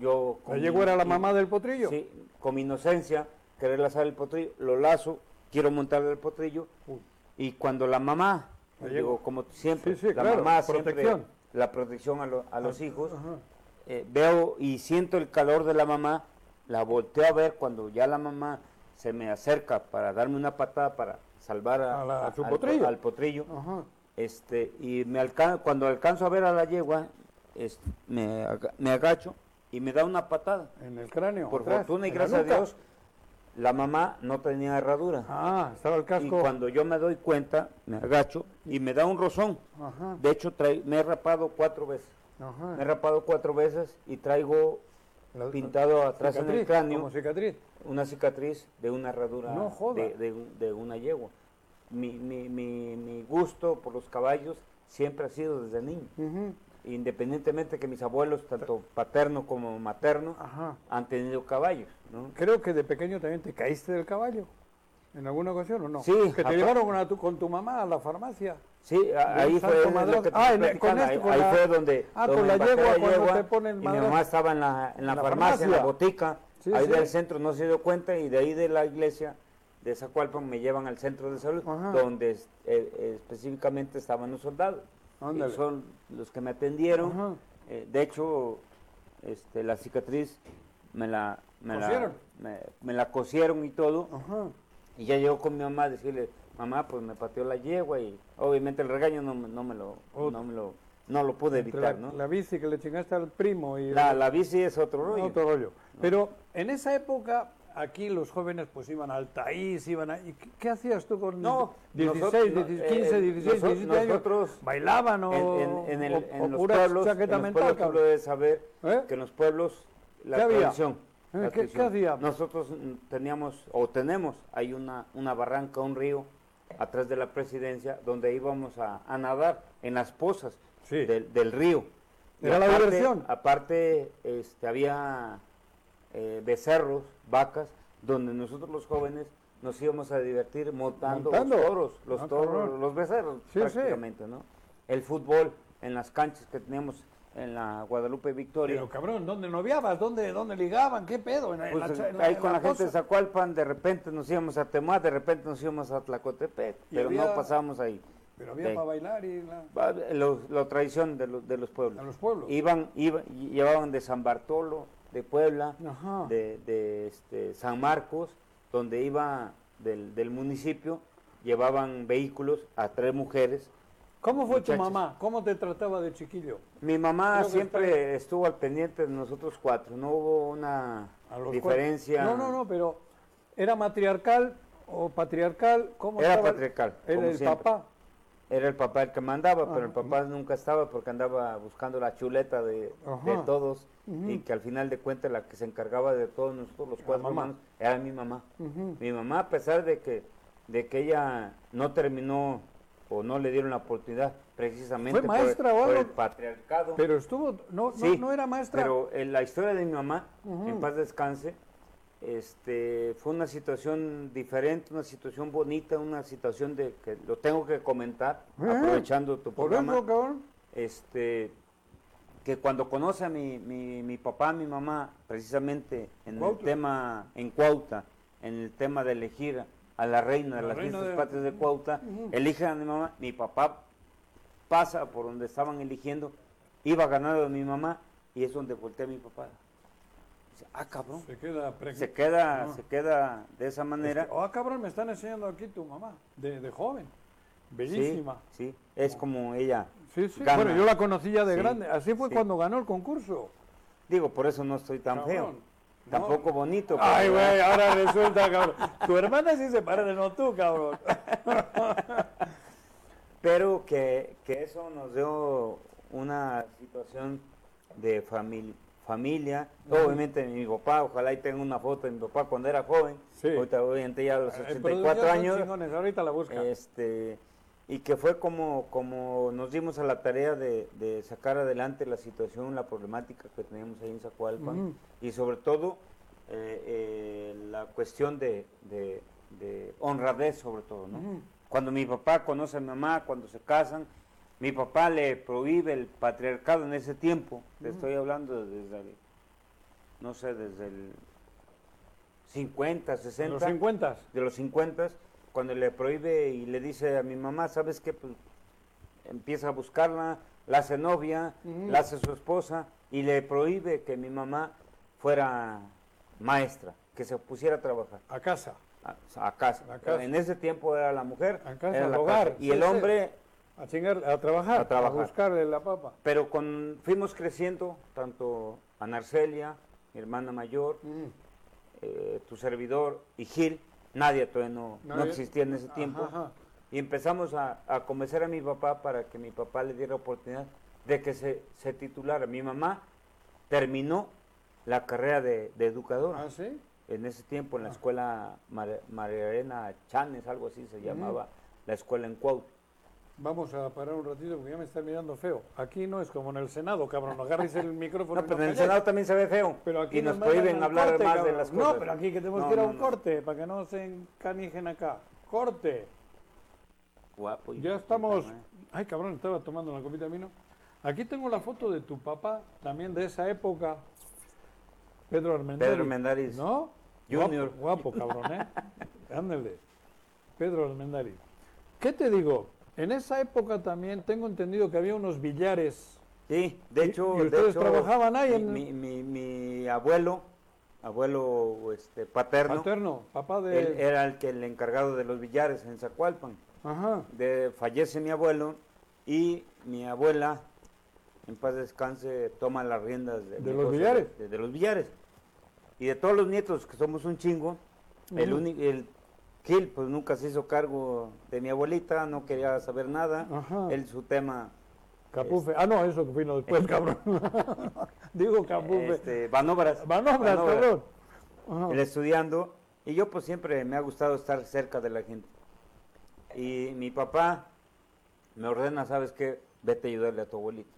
Speaker 2: yo... con
Speaker 3: Gallego
Speaker 2: mi-
Speaker 3: era la
Speaker 2: mi-
Speaker 3: mamá del potrillo.
Speaker 2: Sí, con mi inocencia, querer lazar el potrillo, lo lazo, quiero montar el potrillo.
Speaker 1: Uy.
Speaker 2: Y cuando la mamá,
Speaker 3: Gallego.
Speaker 2: digo, como siempre,
Speaker 3: Sí, sí,
Speaker 2: la
Speaker 3: claro,
Speaker 2: mamá siempre-
Speaker 3: protección.
Speaker 2: la protección a, lo- a los hijos,
Speaker 1: Ajá.
Speaker 2: eh, veo y siento el calor de la mamá, la volteo a ver cuando ya la mamá se me acerca para darme una patada para salvar a-
Speaker 3: A la-
Speaker 2: a-
Speaker 3: su
Speaker 2: al,
Speaker 3: potrillo.
Speaker 2: al potrillo.
Speaker 1: Ajá.
Speaker 2: Este, y me alca- cuando alcanzo a ver a la yegua, es- me, aga- me agacho y me da una patada.
Speaker 1: En el cráneo.
Speaker 2: Por
Speaker 1: atrás,
Speaker 2: fortuna y
Speaker 1: en la
Speaker 2: gracias a
Speaker 1: nuca.
Speaker 2: Dios, la mamá no tenía herradura.
Speaker 1: Ah, estaba el
Speaker 2: y
Speaker 1: casco.
Speaker 2: cuando yo me doy cuenta, me agacho y me da un rozón.
Speaker 1: Ajá,
Speaker 2: De hecho, trai- me he rapado cuatro veces. Me he
Speaker 1: ajá.
Speaker 2: rapado cuatro veces y traigo
Speaker 1: La-
Speaker 2: pintado atrás en el
Speaker 1: cicatriz,
Speaker 2: cráneo
Speaker 1: Como cicatriz.
Speaker 2: una cicatriz de una herradura
Speaker 1: No joda.
Speaker 2: de, de un- de una yegua. Mi, mi- mi- mi gusto por los caballos siempre ha sido desde niño.
Speaker 1: Ujú,
Speaker 2: Independientemente que mis abuelos, tanto paterno como materno,
Speaker 1: Ajá.
Speaker 2: han tenido caballos. ¿no?
Speaker 1: Creo que de pequeño también te caíste del caballo. ¿En alguna ocasión o no?
Speaker 2: Sí,
Speaker 1: Que te
Speaker 2: apa-
Speaker 1: llevaron a tu- con tu mamá a la farmacia.
Speaker 2: Sí, a-
Speaker 1: Del
Speaker 2: ahí
Speaker 1: Santo
Speaker 2: fue
Speaker 1: Madrazo.
Speaker 2: lo que te
Speaker 1: Ah,
Speaker 2: estoy
Speaker 1: en el- con
Speaker 2: platicando,
Speaker 1: este,
Speaker 2: ahí,
Speaker 1: con
Speaker 2: ahí
Speaker 1: la-
Speaker 2: fue donde
Speaker 1: Ah, con
Speaker 2: donde
Speaker 1: la
Speaker 2: embarqué
Speaker 1: yegua, cuando te pone el
Speaker 2: y mi
Speaker 1: madrazo.
Speaker 2: mamá estaba en la, en la
Speaker 1: En la
Speaker 2: farmacia, en la
Speaker 1: farmacia.
Speaker 2: botica,
Speaker 1: Sí,
Speaker 2: ahí
Speaker 1: sí.
Speaker 2: del centro no se dio cuenta y de ahí de la iglesia de Zacualpan me llevan al centro de salud
Speaker 1: Ajá.
Speaker 2: donde es- eh, eh, específicamente estaban los soldados
Speaker 1: Ándale.
Speaker 2: Y son los que me atendieron
Speaker 1: Ajá.
Speaker 2: Eh, de hecho este, la cicatriz me la me la,
Speaker 1: ¿Cosieron?
Speaker 2: me, me la cosieron y todo
Speaker 1: Ajá.
Speaker 2: y ya llegó con mi mamá a decirle, mamá, pues me pateó la yegua y obviamente el regaño no, me- no me lo,
Speaker 1: Oh.
Speaker 2: no me lo, no lo pude
Speaker 1: Entre
Speaker 2: evitar,
Speaker 1: la,
Speaker 2: ¿no?
Speaker 1: la bici que le chingaste al primo y
Speaker 2: La, la bici es otro rollo.
Speaker 1: otro rollo. Pero en esa época aquí los jóvenes pues iban al Taís, iban a... ¿y qué, qué hacías tú con
Speaker 2: No,
Speaker 1: 16,
Speaker 2: nosotros- no,
Speaker 1: 16, 15,
Speaker 2: eh,
Speaker 1: 16,
Speaker 2: noso-
Speaker 1: 17 años?
Speaker 2: nosotros
Speaker 1: ¿Bailaban o,
Speaker 2: En, en- en el-
Speaker 1: o-
Speaker 2: en
Speaker 1: o
Speaker 2: los
Speaker 1: pura
Speaker 2: pueblos, en
Speaker 1: chaqueta
Speaker 2: los
Speaker 1: mental,
Speaker 2: pueblos tú
Speaker 1: cabrón?
Speaker 2: lo debes saber
Speaker 1: ¿Eh?
Speaker 2: que en los pueblos
Speaker 1: ¿Qué
Speaker 2: la
Speaker 1: había?
Speaker 2: tradición.
Speaker 1: ¿Eh?
Speaker 2: la
Speaker 1: ¿Qué- qué
Speaker 2: tradición.
Speaker 1: hacía?
Speaker 2: Nosotros mm, teníamos, o tenemos, hay una, una barranca, un río, atrás de la presidencia, donde íbamos a, a nadar en las pozas
Speaker 1: Sí.
Speaker 2: del, del río. Y
Speaker 1: Era la
Speaker 2: aparte-
Speaker 1: diversión.
Speaker 2: Aparte, este, había eh, becerros, vacas, donde nosotros los jóvenes nos íbamos a divertir montando,
Speaker 1: Montando.
Speaker 2: los toros, los
Speaker 1: Ah,
Speaker 2: toros,
Speaker 1: cabrón.
Speaker 2: los becerros
Speaker 1: Sí, sí.
Speaker 2: prácticamente, ¿no? El fútbol en las canchas que teníamos en la Guadalupe Victoria.
Speaker 1: Pero cabrón, ¿dónde noviabas? ¿Dónde, dónde ligaban? ¿Qué pedo? En la- en
Speaker 2: Pues,
Speaker 1: la cha- en la-
Speaker 2: ahí
Speaker 1: en
Speaker 2: con la, gente
Speaker 1: cosa.
Speaker 2: de Zacualpan, de repente nos íbamos a Temuá, de repente nos íbamos a Tlacotepec,
Speaker 1: Y
Speaker 2: pero
Speaker 1: había-
Speaker 2: no pasamos ahí.
Speaker 1: Pero había
Speaker 2: Sí.
Speaker 1: para bailar y la-
Speaker 2: Va, lo- la tradición de, los- de los pueblos.
Speaker 1: a los pueblos.
Speaker 2: Iban, iban, y- llevaban de San Bartolo, de Puebla,
Speaker 1: Ajá.
Speaker 2: de, de, este, San Marcos, donde iba del, del municipio, llevaban vehículos a tres mujeres.
Speaker 1: ¿Cómo fue tu
Speaker 2: muchachos.
Speaker 1: mamá? ¿Cómo te trataba de chiquillo?
Speaker 2: Mi mamá
Speaker 1: Creo que
Speaker 2: siempre
Speaker 1: está-
Speaker 2: estuvo al pendiente de nosotros cuatro, no hubo una
Speaker 1: A los
Speaker 2: diferencia.
Speaker 1: cuatro. No, no, no, pero ¿era matriarcal o patriarcal? ¿Cómo
Speaker 2: Era
Speaker 1: estaba?
Speaker 2: patriarcal,
Speaker 1: Era
Speaker 2: como
Speaker 1: el
Speaker 2: siempre.
Speaker 1: papá.
Speaker 2: Era el papá el que mandaba,
Speaker 1: Ajá.
Speaker 2: pero el papá nunca estaba porque andaba buscando la chuleta de, de
Speaker 1: Ajá.
Speaker 2: todos
Speaker 1: Ujú.
Speaker 2: y que al final de cuentas la que se encargaba de todos nosotros los cuatro
Speaker 1: mamá.
Speaker 2: hermanos era mi mamá.
Speaker 1: Ujú.
Speaker 2: Mi mamá, a pesar de que, de que ella no terminó o no le dieron la oportunidad precisamente
Speaker 1: ¿Fue
Speaker 2: por el-
Speaker 1: maestra o
Speaker 2: por,
Speaker 1: algo?
Speaker 2: el patriarcado,
Speaker 1: Pero estuvo, no, no-
Speaker 2: Sí,
Speaker 1: no, era maestra.
Speaker 2: pero en la historia de mi mamá,
Speaker 1: Ujú.
Speaker 2: en paz descanse, este, fue una situación diferente, una situación bonita, una situación de que lo tengo que comentar,
Speaker 1: Eh,
Speaker 2: aprovechando tu
Speaker 1: Por
Speaker 2: programa,
Speaker 1: eso, cabrón.
Speaker 2: este, que cuando conoce a mi, mi, mi papá, mi mamá, precisamente en
Speaker 1: Cuautla.
Speaker 2: el tema, en Cuauta, en el tema de elegir a la reina de
Speaker 1: La
Speaker 2: las
Speaker 1: reina
Speaker 2: fiestas
Speaker 1: de-
Speaker 2: patrias de Cuauta,
Speaker 1: Ujú.
Speaker 2: eligen a mi mamá, mi papá pasa por donde estaban eligiendo, iba ganando mi mamá y es donde voltea mi papá. Dice, ah, cabrón.
Speaker 1: Se queda pregnante.
Speaker 2: Se queda,
Speaker 1: No.
Speaker 2: se queda de esa
Speaker 1: Este,
Speaker 2: manera.
Speaker 1: oh, cabrón, me están enseñando aquí tu mamá, de, de joven.
Speaker 2: Sí,
Speaker 1: Bellísima.
Speaker 2: Sí, es como ella.
Speaker 1: Sí, sí.
Speaker 2: gana.
Speaker 1: Bueno, yo la conocí ya de
Speaker 2: Sí,
Speaker 1: grande. Así fue
Speaker 2: sí.
Speaker 1: cuando ganó el concurso.
Speaker 2: Digo, por eso no estoy tan
Speaker 1: Cabrón,
Speaker 2: feo.
Speaker 1: no.
Speaker 2: Tampoco bonito.
Speaker 1: Ay,
Speaker 2: pero-
Speaker 1: güey, ahora resulta, cabrón. Tu hermana sí se parece, no tú, cabrón.
Speaker 2: Pero que, que eso nos dio una situación de famili- familia. Obviamente mi papá, ojalá y tenga una foto de mi papá cuando era joven.
Speaker 1: Sí.
Speaker 2: Ahorita obviamente ya a
Speaker 3: Eh,
Speaker 2: los
Speaker 1: En producción
Speaker 2: 84
Speaker 1: son
Speaker 2: años.
Speaker 1: chingones, ahorita la busca.
Speaker 2: Este, y que fue como, como nos dimos a la tarea de, de sacar adelante la situación, la problemática que teníamos ahí en Zacualpan
Speaker 1: Ujú.
Speaker 2: y sobre todo eh, eh, la cuestión de, de- de honradez sobre todo, ¿no?
Speaker 1: Ujú.
Speaker 2: Cuando mi papá conoce a mi mamá, cuando se casan, mi papá le prohíbe el patriarcado en ese tiempo, te estoy hablando desde el no sé, desde el 50, 60.
Speaker 1: los 50.
Speaker 2: de los 50, cuando le prohíbe y le dice a mi mamá, ¿sabes qué? Pues, empieza a buscarla, la hace novia,
Speaker 1: Ujú.
Speaker 2: la hace su esposa, y le prohíbe que mi mamá fuera maestra, que se pusiera a trabajar
Speaker 1: A casa.
Speaker 2: a, a casa.
Speaker 1: A casa.
Speaker 2: En ese tiempo era la mujer,
Speaker 1: A casa,
Speaker 2: era
Speaker 1: al
Speaker 2: la
Speaker 1: hogar,
Speaker 2: casa. y
Speaker 1: sí,
Speaker 2: el
Speaker 1: sí.
Speaker 2: hombre,
Speaker 1: A chingar, a trabajar.
Speaker 2: A trabajar.
Speaker 1: buscarle la papa.
Speaker 2: pero con, fuimos creciendo, tanto Ana Arcelia, mi hermana mayor,
Speaker 1: Mm.
Speaker 2: eh, tu servidor y Gil, nadie todavía no, no
Speaker 1: Nadie-
Speaker 2: existía en ese tiempo.
Speaker 1: Ajá, ajá.
Speaker 2: Y empezamos a, a convencer a mi papá para que mi papá le diera oportunidad de que se, se titulara. Mi mamá terminó la carrera de, de educadora
Speaker 1: Ah, sí. Ah.
Speaker 2: en ese tiempo en la escuela Mar- María Elena Chanes, algo así
Speaker 1: Mm.
Speaker 2: se llamaba, la escuela en Cuautla.
Speaker 1: Vamos a parar un ratito porque ya me está mirando feo. Aquí no es como en el Senado, cabrón. Agarres el micrófono.
Speaker 2: No,
Speaker 1: y
Speaker 2: pero en el
Speaker 1: calles.
Speaker 2: Senado también se ve feo
Speaker 1: Pero aquí
Speaker 2: y nos
Speaker 1: mandan
Speaker 2: prohíben
Speaker 1: al
Speaker 2: hablar
Speaker 1: corte,
Speaker 2: más
Speaker 1: cabrón.
Speaker 2: de las cosas.
Speaker 1: No, pero aquí que tenemos
Speaker 2: No,
Speaker 1: que ir a
Speaker 2: no,
Speaker 1: un
Speaker 2: no.
Speaker 1: corte para que no se encanijen acá. Corte.
Speaker 2: Guapo. hijo
Speaker 1: Ya
Speaker 2: de
Speaker 1: estamos.
Speaker 2: puta madre.
Speaker 1: Ay, cabrón, estaba tomando una copita de vino. Aquí tengo la foto de tu papá, también de esa época. Pedro Armendáriz.
Speaker 2: Pedro Armendáriz.
Speaker 1: ¿No?
Speaker 2: Junior.
Speaker 1: Guapo, guapo, cabrón, ¿eh? Ándale. Pedro Armendáriz. ¿Qué te digo? En esa época también tengo entendido que había unos billares.
Speaker 2: Sí, de
Speaker 1: ¿Y-
Speaker 2: hecho,
Speaker 1: y
Speaker 2: de
Speaker 1: ustedes
Speaker 2: hecho,
Speaker 1: trabajaban ahí en-
Speaker 2: Mi, mi- mi- mi abuelo, abuelo este, paterno,
Speaker 1: Paterno, papá de.
Speaker 2: él era el, que, el encargado de los billares en Zacualpan.
Speaker 1: Ajá.
Speaker 2: De, fallece mi abuelo y mi abuela, en paz descanse, toma las riendas
Speaker 1: ¿De
Speaker 2: mi
Speaker 1: los
Speaker 2: cosa,
Speaker 1: billares?
Speaker 2: De, de los billares. Y de todos los nietos, que somos un chingo, el
Speaker 1: Ujú.
Speaker 2: único, el Gil, pues nunca se hizo cargo de mi abuelita, no quería saber nada.
Speaker 1: Ajá.
Speaker 2: Él, su tema
Speaker 1: Capufe. Ah, no, eso que vino después, cabrón. Digo Capufe.
Speaker 2: Este, Banobras.
Speaker 1: Manobras,
Speaker 2: Banobras.
Speaker 1: cabrón. Ajá.
Speaker 2: El estudiando. Y yo pues siempre me ha gustado estar cerca de la gente. Y mi papá me ordena, ¿sabes qué? Vete a ayudarle a tu abuelita.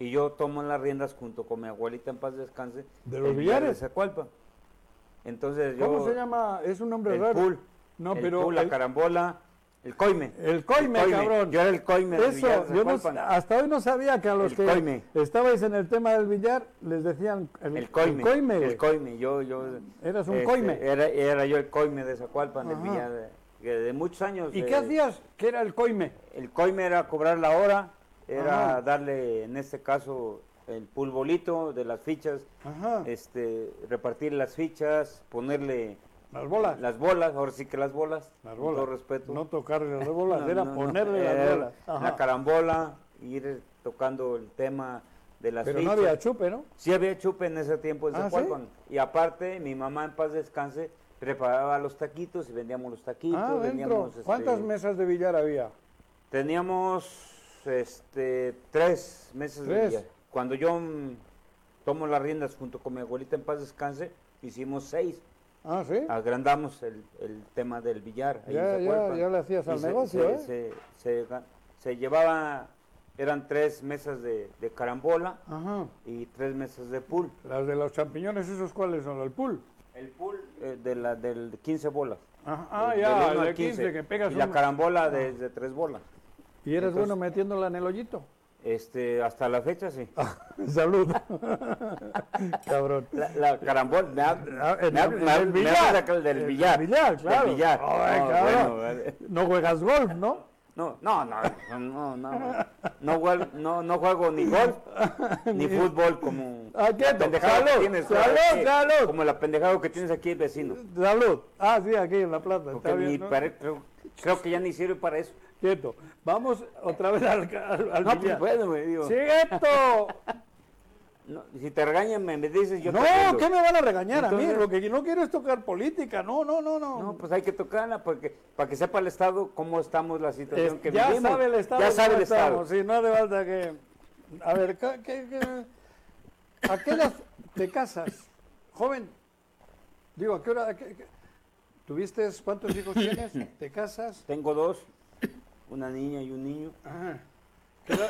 Speaker 2: Y yo tomo las riendas junto con mi abuelita en paz descanse.
Speaker 1: ¿De los
Speaker 2: el billar
Speaker 1: billares?
Speaker 2: De Zacualpa. Entonces yo...
Speaker 1: ¿Cómo se llama? Es un nombre
Speaker 2: El
Speaker 1: raro.
Speaker 2: pool.
Speaker 1: No,
Speaker 2: el
Speaker 1: pero
Speaker 2: pool,
Speaker 1: el-
Speaker 2: la carambola, el coime.
Speaker 1: El coime, cabrón.
Speaker 2: Yo era el coime. del billar
Speaker 1: Eso,
Speaker 2: de
Speaker 1: yo no- Ah,
Speaker 2: Zacualpan.
Speaker 1: hasta hoy no sabía que a los
Speaker 2: El
Speaker 1: que
Speaker 2: coime.
Speaker 1: estabais en el tema del billar les decían el,
Speaker 2: El coime.
Speaker 1: El coime,
Speaker 2: El
Speaker 1: güey.
Speaker 2: coime. Yo, yo. este,
Speaker 1: Eras un coime.
Speaker 2: Era, era yo el coime de Zacualpan, el
Speaker 1: Ajá.
Speaker 2: Villar, de, que de muchos años.
Speaker 1: ¿Y
Speaker 2: eh,
Speaker 1: qué hacías? ¿Qué era el coime?
Speaker 2: El coime era cobrar la hora, era
Speaker 1: Ajá.
Speaker 2: darle, en este caso, el pulbolito de las fichas,
Speaker 1: Ajá.
Speaker 2: este, repartir las fichas, ponerle
Speaker 1: Las bolas.
Speaker 2: las bolas, ahora sí que las bolas.
Speaker 1: Las
Speaker 2: con
Speaker 1: bolas.
Speaker 2: todo respeto.
Speaker 1: No tocarle las bolas,
Speaker 2: No,
Speaker 1: era
Speaker 2: no, no,
Speaker 1: ponerle las
Speaker 2: era
Speaker 1: bolas.
Speaker 2: La
Speaker 1: Ajá.
Speaker 2: carambola, ir tocando el tema de las
Speaker 1: Pero no
Speaker 2: fichas.
Speaker 1: había chupe, ¿no?
Speaker 2: Sí había chupe en ese tiempo en
Speaker 1: Ah,
Speaker 2: Zacualpan. Y aparte, mi mamá en paz descanse preparaba los taquitos y vendíamos los taquitos.
Speaker 1: Ah,
Speaker 2: vendíamos,
Speaker 1: adentro.
Speaker 2: este,
Speaker 1: ¿Cuántas mesas de billar había?
Speaker 2: Teníamos este, tres meses de
Speaker 1: Tres.
Speaker 2: día. Cuando yo mm, tomo las riendas junto con mi abuelita en paz descanse, hicimos seis.
Speaker 1: Ah, sí.
Speaker 2: Agrandamos el, el tema del billar. ahí en
Speaker 1: Ya- ya-
Speaker 2: Zacualpan.
Speaker 1: ya le hacías
Speaker 2: Y
Speaker 1: al
Speaker 2: se-
Speaker 1: negocio,
Speaker 2: se-
Speaker 1: ¿eh?
Speaker 2: se- se ga- se llevaba, eran tres mesas de, de carambola
Speaker 1: Ajá.
Speaker 2: y tres mesas de pool.
Speaker 1: Las de los champiñones, ¿esos cuáles son? ¿El pool?
Speaker 2: El pool eh, de la del 15 bolas.
Speaker 1: Ajá. Ah,
Speaker 2: Del- del
Speaker 1: ya,
Speaker 2: uno
Speaker 1: el
Speaker 2: al
Speaker 1: de 15 que pegas Ah.
Speaker 2: Y la
Speaker 1: un-
Speaker 2: carambola de, de tres bolas.
Speaker 1: ¿Y eres
Speaker 2: Entonces-
Speaker 1: bueno metiéndola en el hoyito?
Speaker 2: Este, hasta la fecha sí.
Speaker 3: Salud. Cabrón.
Speaker 2: La, la carambola, me hab-
Speaker 3: Ah, en
Speaker 2: me hab-
Speaker 3: el-
Speaker 2: me hab-
Speaker 3: en el
Speaker 2: me
Speaker 3: billar.
Speaker 2: hablas de aquel del
Speaker 3: En el
Speaker 2: billar.
Speaker 3: billar,
Speaker 2: Del
Speaker 3: claro.
Speaker 2: billar.
Speaker 3: Ay,
Speaker 2: No,
Speaker 3: cabrón.
Speaker 2: bueno, vale.
Speaker 3: No juegas golf, ¿no?
Speaker 2: No, no, no, no, no, no, juego- no, no juego ni golf ni fútbol como
Speaker 3: Ah, quieto,
Speaker 2: pendejada que
Speaker 3: salud,
Speaker 2: tienes
Speaker 3: salud,
Speaker 2: aquí,
Speaker 3: salud.
Speaker 2: como la pendejada que tienes aquí vecino.
Speaker 3: Salud. Ah, sí, aquí en La Plata.
Speaker 2: Porque
Speaker 3: Está bien,
Speaker 2: ni
Speaker 3: ¿no?
Speaker 2: pare- creo, creo que ya ni sirve para eso.
Speaker 3: Quieto. Vamos otra vez al, al, al
Speaker 2: No, pues
Speaker 3: billar.
Speaker 2: bueno, me digo.
Speaker 3: ¡Sí, quieto!
Speaker 2: no, si te regañan me, me dices yo.
Speaker 3: no,
Speaker 2: te ayudo.
Speaker 3: ¿qué me van a regañar a mí?
Speaker 2: Entonces-
Speaker 3: Lo que no quiero es tocar política. No, no, no, no.
Speaker 2: No, pues hay que tocarla porque para que sepa el Estado cómo estamos la situación
Speaker 3: Es-
Speaker 2: que
Speaker 3: ya
Speaker 2: vivimos.
Speaker 3: sabe el Estado.
Speaker 2: Ya sabe
Speaker 3: cómo
Speaker 2: el Estado.
Speaker 3: estamos, sí, no hace falta que. A ver, ca- ¿qué, qué- a qué edad te casas, joven? Digo, ¿a qué hora? a qué- qué- ¿Tuviste cuántos hijos tienes? ¿Te casas?
Speaker 2: Tengo dos, una niña y un niño.
Speaker 1: Ajá.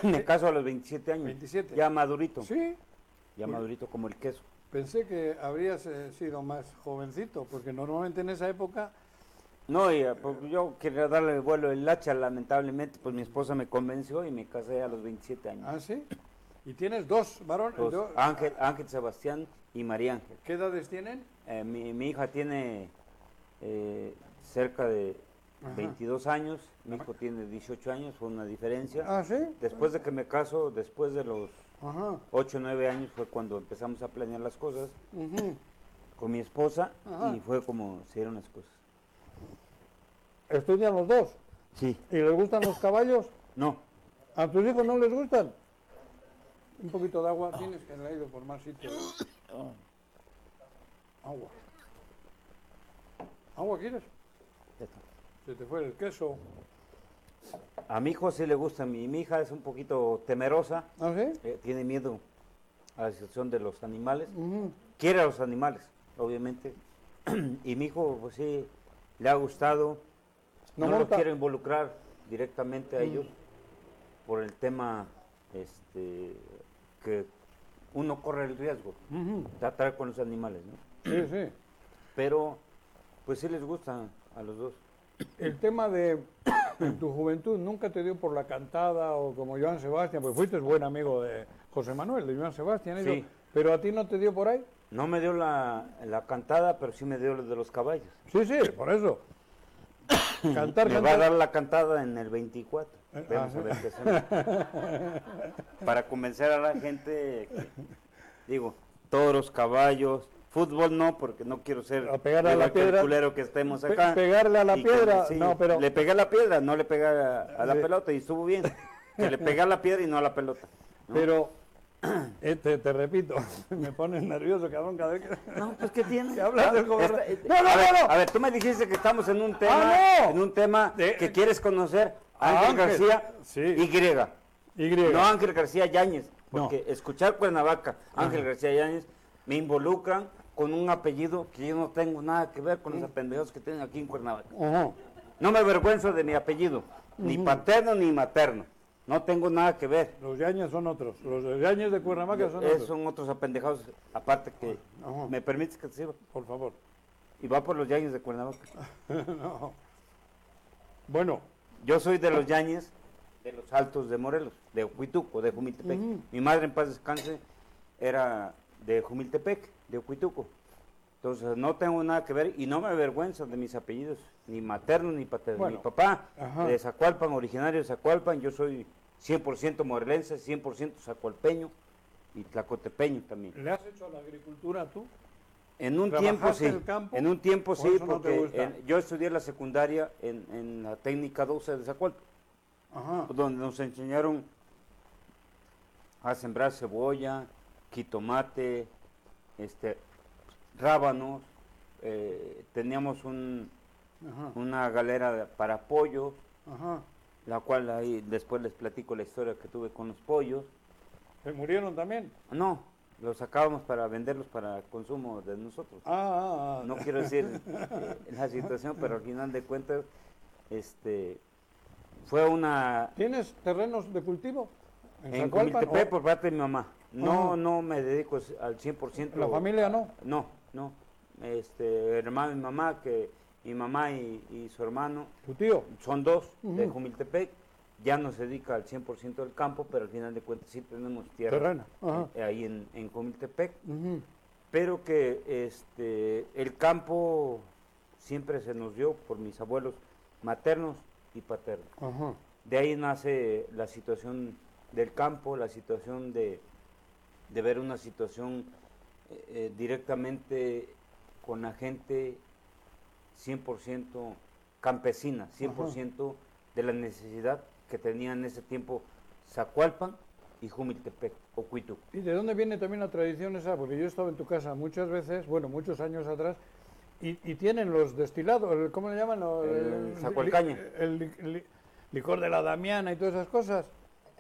Speaker 2: Me caso a los 27 años.
Speaker 1: 27.
Speaker 2: Ya madurito.
Speaker 1: Sí,
Speaker 2: Ya madurito como el queso.
Speaker 1: pensé que habrías eh, sido más jovencito, porque normalmente en esa época
Speaker 2: No, y, eh, pues, yo quería darle el vuelo el hacha, lamentablemente, pues mi esposa me convenció y me casé a los 27 años.
Speaker 1: Ah, sí. Y tienes dos varones.
Speaker 2: Los
Speaker 1: dos-
Speaker 2: Ángel, Ángel Sebastián y María Ángel.
Speaker 1: ¿Qué edades tienen?
Speaker 2: Eh, mi, mi hija tiene eh, cerca de
Speaker 1: Ajá.
Speaker 2: 22 años, mi hijo tiene 18 años, fue una diferencia.
Speaker 1: Ah, sí.
Speaker 2: Después de que me caso, después de los
Speaker 1: Ajá.
Speaker 2: 8 o 9 años fue cuando empezamos a planear las cosas
Speaker 1: ujú.
Speaker 2: con mi esposa
Speaker 1: Ajá.
Speaker 2: y fue como se dieron las cosas.
Speaker 1: Estudian los dos.
Speaker 2: Sí.
Speaker 1: ¿Y les gustan los caballos?
Speaker 2: No,
Speaker 1: ¿A tus hijos no les gustan? Un poquito de agua tienes que traerlo por más sitio. Agua. ¿Agua quieres?
Speaker 2: ya está.
Speaker 1: Se te fue el queso.
Speaker 2: a mi hijo sí le gusta, mi, mi hija es un poquito temerosa,
Speaker 1: ¿Ah, sí?
Speaker 2: eh, tiene miedo a la situación de los animales.
Speaker 1: Ujú.
Speaker 2: quiere a los animales, obviamente. y mi hijo, pues sí, le ha gustado.
Speaker 1: No
Speaker 2: No, lo
Speaker 1: monta.
Speaker 2: quiero involucrar directamente a ellos por el tema este, que uno corre el riesgo
Speaker 1: Ujú.
Speaker 2: de atar con los animales, ¿no?
Speaker 1: Sí, sí.
Speaker 2: Pero, pues sí les gusta a los dos.
Speaker 1: El tema de en tu juventud nunca te dio por la cantada o como Joan Sebastián, pues fuiste buen amigo de José Manuel, de Joan Sebastián, ellos,
Speaker 2: Sí.
Speaker 1: pero a ti no te dio por ahí.
Speaker 2: No me dio la, la cantada, pero sí me dio lo de los caballos.
Speaker 1: Sí, sí, por eso. Cantar,
Speaker 2: Me va a
Speaker 1: cantar.
Speaker 2: dar la cantada en el 24.
Speaker 1: Eh,
Speaker 2: Vamos
Speaker 1: ah,
Speaker 2: a ver qué hacemos. Para convencer a la gente, que- digo, toros, caballos, fútbol no, porque no quiero ser
Speaker 1: A pegar a la
Speaker 2: igual que el
Speaker 1: piedra.
Speaker 2: culero que estemos
Speaker 1: Pe-
Speaker 2: acá.
Speaker 1: pegarle a la
Speaker 2: Y que-
Speaker 1: piedra,
Speaker 2: sí,
Speaker 1: no, pero
Speaker 2: Le pegué a la piedra, no le pegué a, a la
Speaker 1: Sí.
Speaker 2: pelota y estuvo bien. Que le pegué a la piedra y no a la pelota. ¿no?
Speaker 1: Pero, eh, te, te repito, me pones nervioso, cabrón, cada vez que...
Speaker 2: No, pues ¿qué tiene?
Speaker 1: Que hablas del gobernador.
Speaker 2: Está-
Speaker 1: No, no,
Speaker 2: a, ver,
Speaker 1: no, no.
Speaker 2: a ver, tú me dijiste que estamos en un tema,
Speaker 1: ¡Ah, no!
Speaker 2: en un tema
Speaker 1: De-
Speaker 2: que quieres conocer a
Speaker 1: A
Speaker 2: Ángel
Speaker 1: Ángel,
Speaker 2: García
Speaker 1: sí.
Speaker 2: Y.
Speaker 1: Y.
Speaker 2: No Ángel García Yáñez,
Speaker 1: No.
Speaker 2: porque escuchar Cuernavaca, Ángel García Yáñez, me involucran con un apellido que yo no tengo nada que ver con los apendejados que tienen aquí en Cuernavaca.
Speaker 1: Ujú.
Speaker 2: No me avergüenzo de mi apellido, ni paterno ni materno. No tengo nada que ver.
Speaker 1: Los yañes son otros. Los de yañes de Cuernavaca son
Speaker 2: Eh,
Speaker 1: otros.
Speaker 2: son otros apendejados, aparte que
Speaker 1: Ajá.
Speaker 2: me permites que te sirva.
Speaker 1: Por favor.
Speaker 2: Y va por los Yáñez de Cuernavaca.
Speaker 1: No. Bueno,
Speaker 2: Yo soy de los Yañez, de los Altos de Morelos, de Huituco, de Jumiltepec. Mi madre, en paz descanse, era de Jumiltepec, de Huituco. Entonces, no tengo nada que ver y no me avergüenzo de mis apellidos, ni materno ni paterno.
Speaker 1: Bueno,
Speaker 2: mi papá,
Speaker 1: ajá.
Speaker 2: de Zacualpan, originario de Zacualpan, yo soy 100% morelense, 100% zacualpeño y tlacotepeño también.
Speaker 1: ¿le has hecho a la agricultura tú?
Speaker 2: En un tiempo
Speaker 1: ¿Trabajaste
Speaker 2: sí.
Speaker 1: el campo?
Speaker 2: En un tiempo
Speaker 1: ¿O
Speaker 2: sí,
Speaker 1: eso no te
Speaker 2: porque
Speaker 1: gusta?
Speaker 2: en- yo estudié la secundaria en, en la técnica 12 de Zacualpan
Speaker 1: Ajá.
Speaker 2: donde nos enseñaron a sembrar cebolla, jitomate, este, rábanos, eh, teníamos un-
Speaker 1: Ajá.
Speaker 2: una galera de- para pollos,
Speaker 1: Ajá.
Speaker 2: la cual ahí después les platico la historia que tuve con los pollos.
Speaker 1: ¿Se murieron también?
Speaker 2: No, los sacábamos para venderlos para consumo de nosotros.
Speaker 1: Ah, ah, ah.
Speaker 2: No quiero decir eh, la situación, pero al final de cuentas, este, fue una
Speaker 1: ¿Tienes terrenos de cultivo?
Speaker 2: En
Speaker 1: Zacualpan?
Speaker 2: Comiltepec
Speaker 1: ¿O
Speaker 2: por parte de mi mamá. No,
Speaker 1: Ajá.
Speaker 2: no me dedico s- al 100%.
Speaker 1: ¿La familia no?
Speaker 2: No, no. Este, hermano y mamá, que mi mamá y, y su hermano
Speaker 1: ¿Tu tío?
Speaker 2: son dos de
Speaker 1: Ujú.
Speaker 2: Jumiltepec. Ya no se dedica al 100% del campo, pero al final de cuentas sí tenemos tierra
Speaker 1: Terreno, ajá.
Speaker 2: eh, ahí en, en Jumiltepec.
Speaker 1: Ujú.
Speaker 2: Pero que este, el campo siempre se nos dio por mis abuelos maternos y paternos.
Speaker 1: Ajá.
Speaker 2: De ahí nace la situación del campo, la situación de, de ver una situación eh, eh, directamente con la gente 100% campesina, 100% de la necesidad que tenía en ese tiempo Zacualpan y Jumiltepec o Cuituc.
Speaker 1: ¿Y de dónde viene también la tradición esa? Porque yo estaba en tu casa muchas veces, bueno, muchos años atrás, y, y tienen los destilados, el- ¿cómo le llaman? Lo-
Speaker 2: El
Speaker 1: el-
Speaker 2: zacualcaña.
Speaker 1: El, li- li- licor de la damiana y todas esas cosas.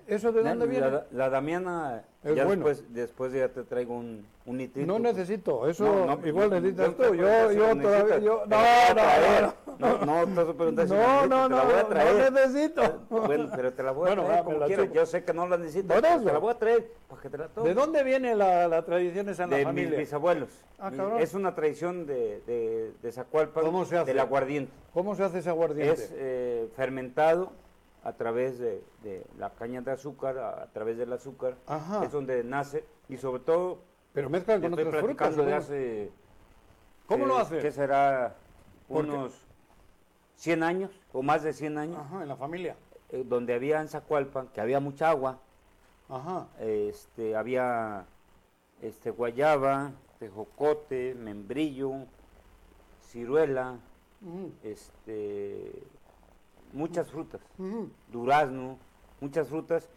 Speaker 1: ¿Eso de
Speaker 2: La,
Speaker 1: dónde viene?
Speaker 2: la- la Damiana,
Speaker 1: Es
Speaker 2: ya
Speaker 1: bueno.
Speaker 2: después, después ya te traigo un, un nitrito.
Speaker 1: No necesito, eso
Speaker 2: pues, No, no,
Speaker 1: igual
Speaker 2: no,
Speaker 1: necesitas
Speaker 2: no
Speaker 1: tú.
Speaker 2: te
Speaker 1: Yo,
Speaker 2: preocupes,
Speaker 1: yo
Speaker 2: lo
Speaker 1: todavía,
Speaker 2: necesitas,
Speaker 1: yo,
Speaker 2: te
Speaker 1: no,
Speaker 2: la voy
Speaker 1: no,
Speaker 2: a
Speaker 1: no.
Speaker 2: traer. no, no, no, te preguntas si la
Speaker 1: No, no,
Speaker 2: necesitas, te la
Speaker 1: no,
Speaker 2: voy a
Speaker 1: no,
Speaker 2: traer.
Speaker 1: no necesito.
Speaker 2: Bueno, pero te la voy a
Speaker 1: Bueno, va,
Speaker 2: traer
Speaker 1: me
Speaker 2: como
Speaker 1: la
Speaker 2: quieras.
Speaker 1: chupo.
Speaker 2: Yo sé que no la necesitas,
Speaker 1: Por
Speaker 2: pero
Speaker 1: eso.
Speaker 2: te la voy a traer para que te la tomes.
Speaker 1: ¿De dónde viene la, la tradición esa en
Speaker 2: De
Speaker 1: la
Speaker 2: mis
Speaker 1: familia?
Speaker 2: bisabuelos.
Speaker 1: Ah,
Speaker 2: Mi-
Speaker 1: cabrón.
Speaker 2: es una tradición de, de, de Zacualpan,
Speaker 1: ¿Cómo se hace?
Speaker 2: del aguardiente.
Speaker 1: ¿Cómo se hace ese aguardiente?
Speaker 2: Es eh, fermentado a través de, de la caña de azúcar, a, a través del azúcar.
Speaker 1: Ajá.
Speaker 2: Es donde nace y sobre todo
Speaker 1: Pero mezclan
Speaker 2: Yo
Speaker 1: con
Speaker 2: estoy
Speaker 1: otras frutas.
Speaker 2: platicando de
Speaker 1: ¿no?
Speaker 2: hace...
Speaker 1: ¿Cómo
Speaker 2: eh,
Speaker 1: lo hacen?
Speaker 2: ¿Qué será?
Speaker 1: Porque-
Speaker 2: Unos 100 años o más de 100 años,
Speaker 1: Ajá, en la familia.
Speaker 2: eh, donde había en Zacualpan, que había mucha agua,
Speaker 1: Ajá.
Speaker 2: este, había este, guayaba, tejocote, membrillo, ciruela,
Speaker 1: Ujú,
Speaker 2: este, muchas frutas,
Speaker 1: ujú.
Speaker 2: durazno, muchas frutas,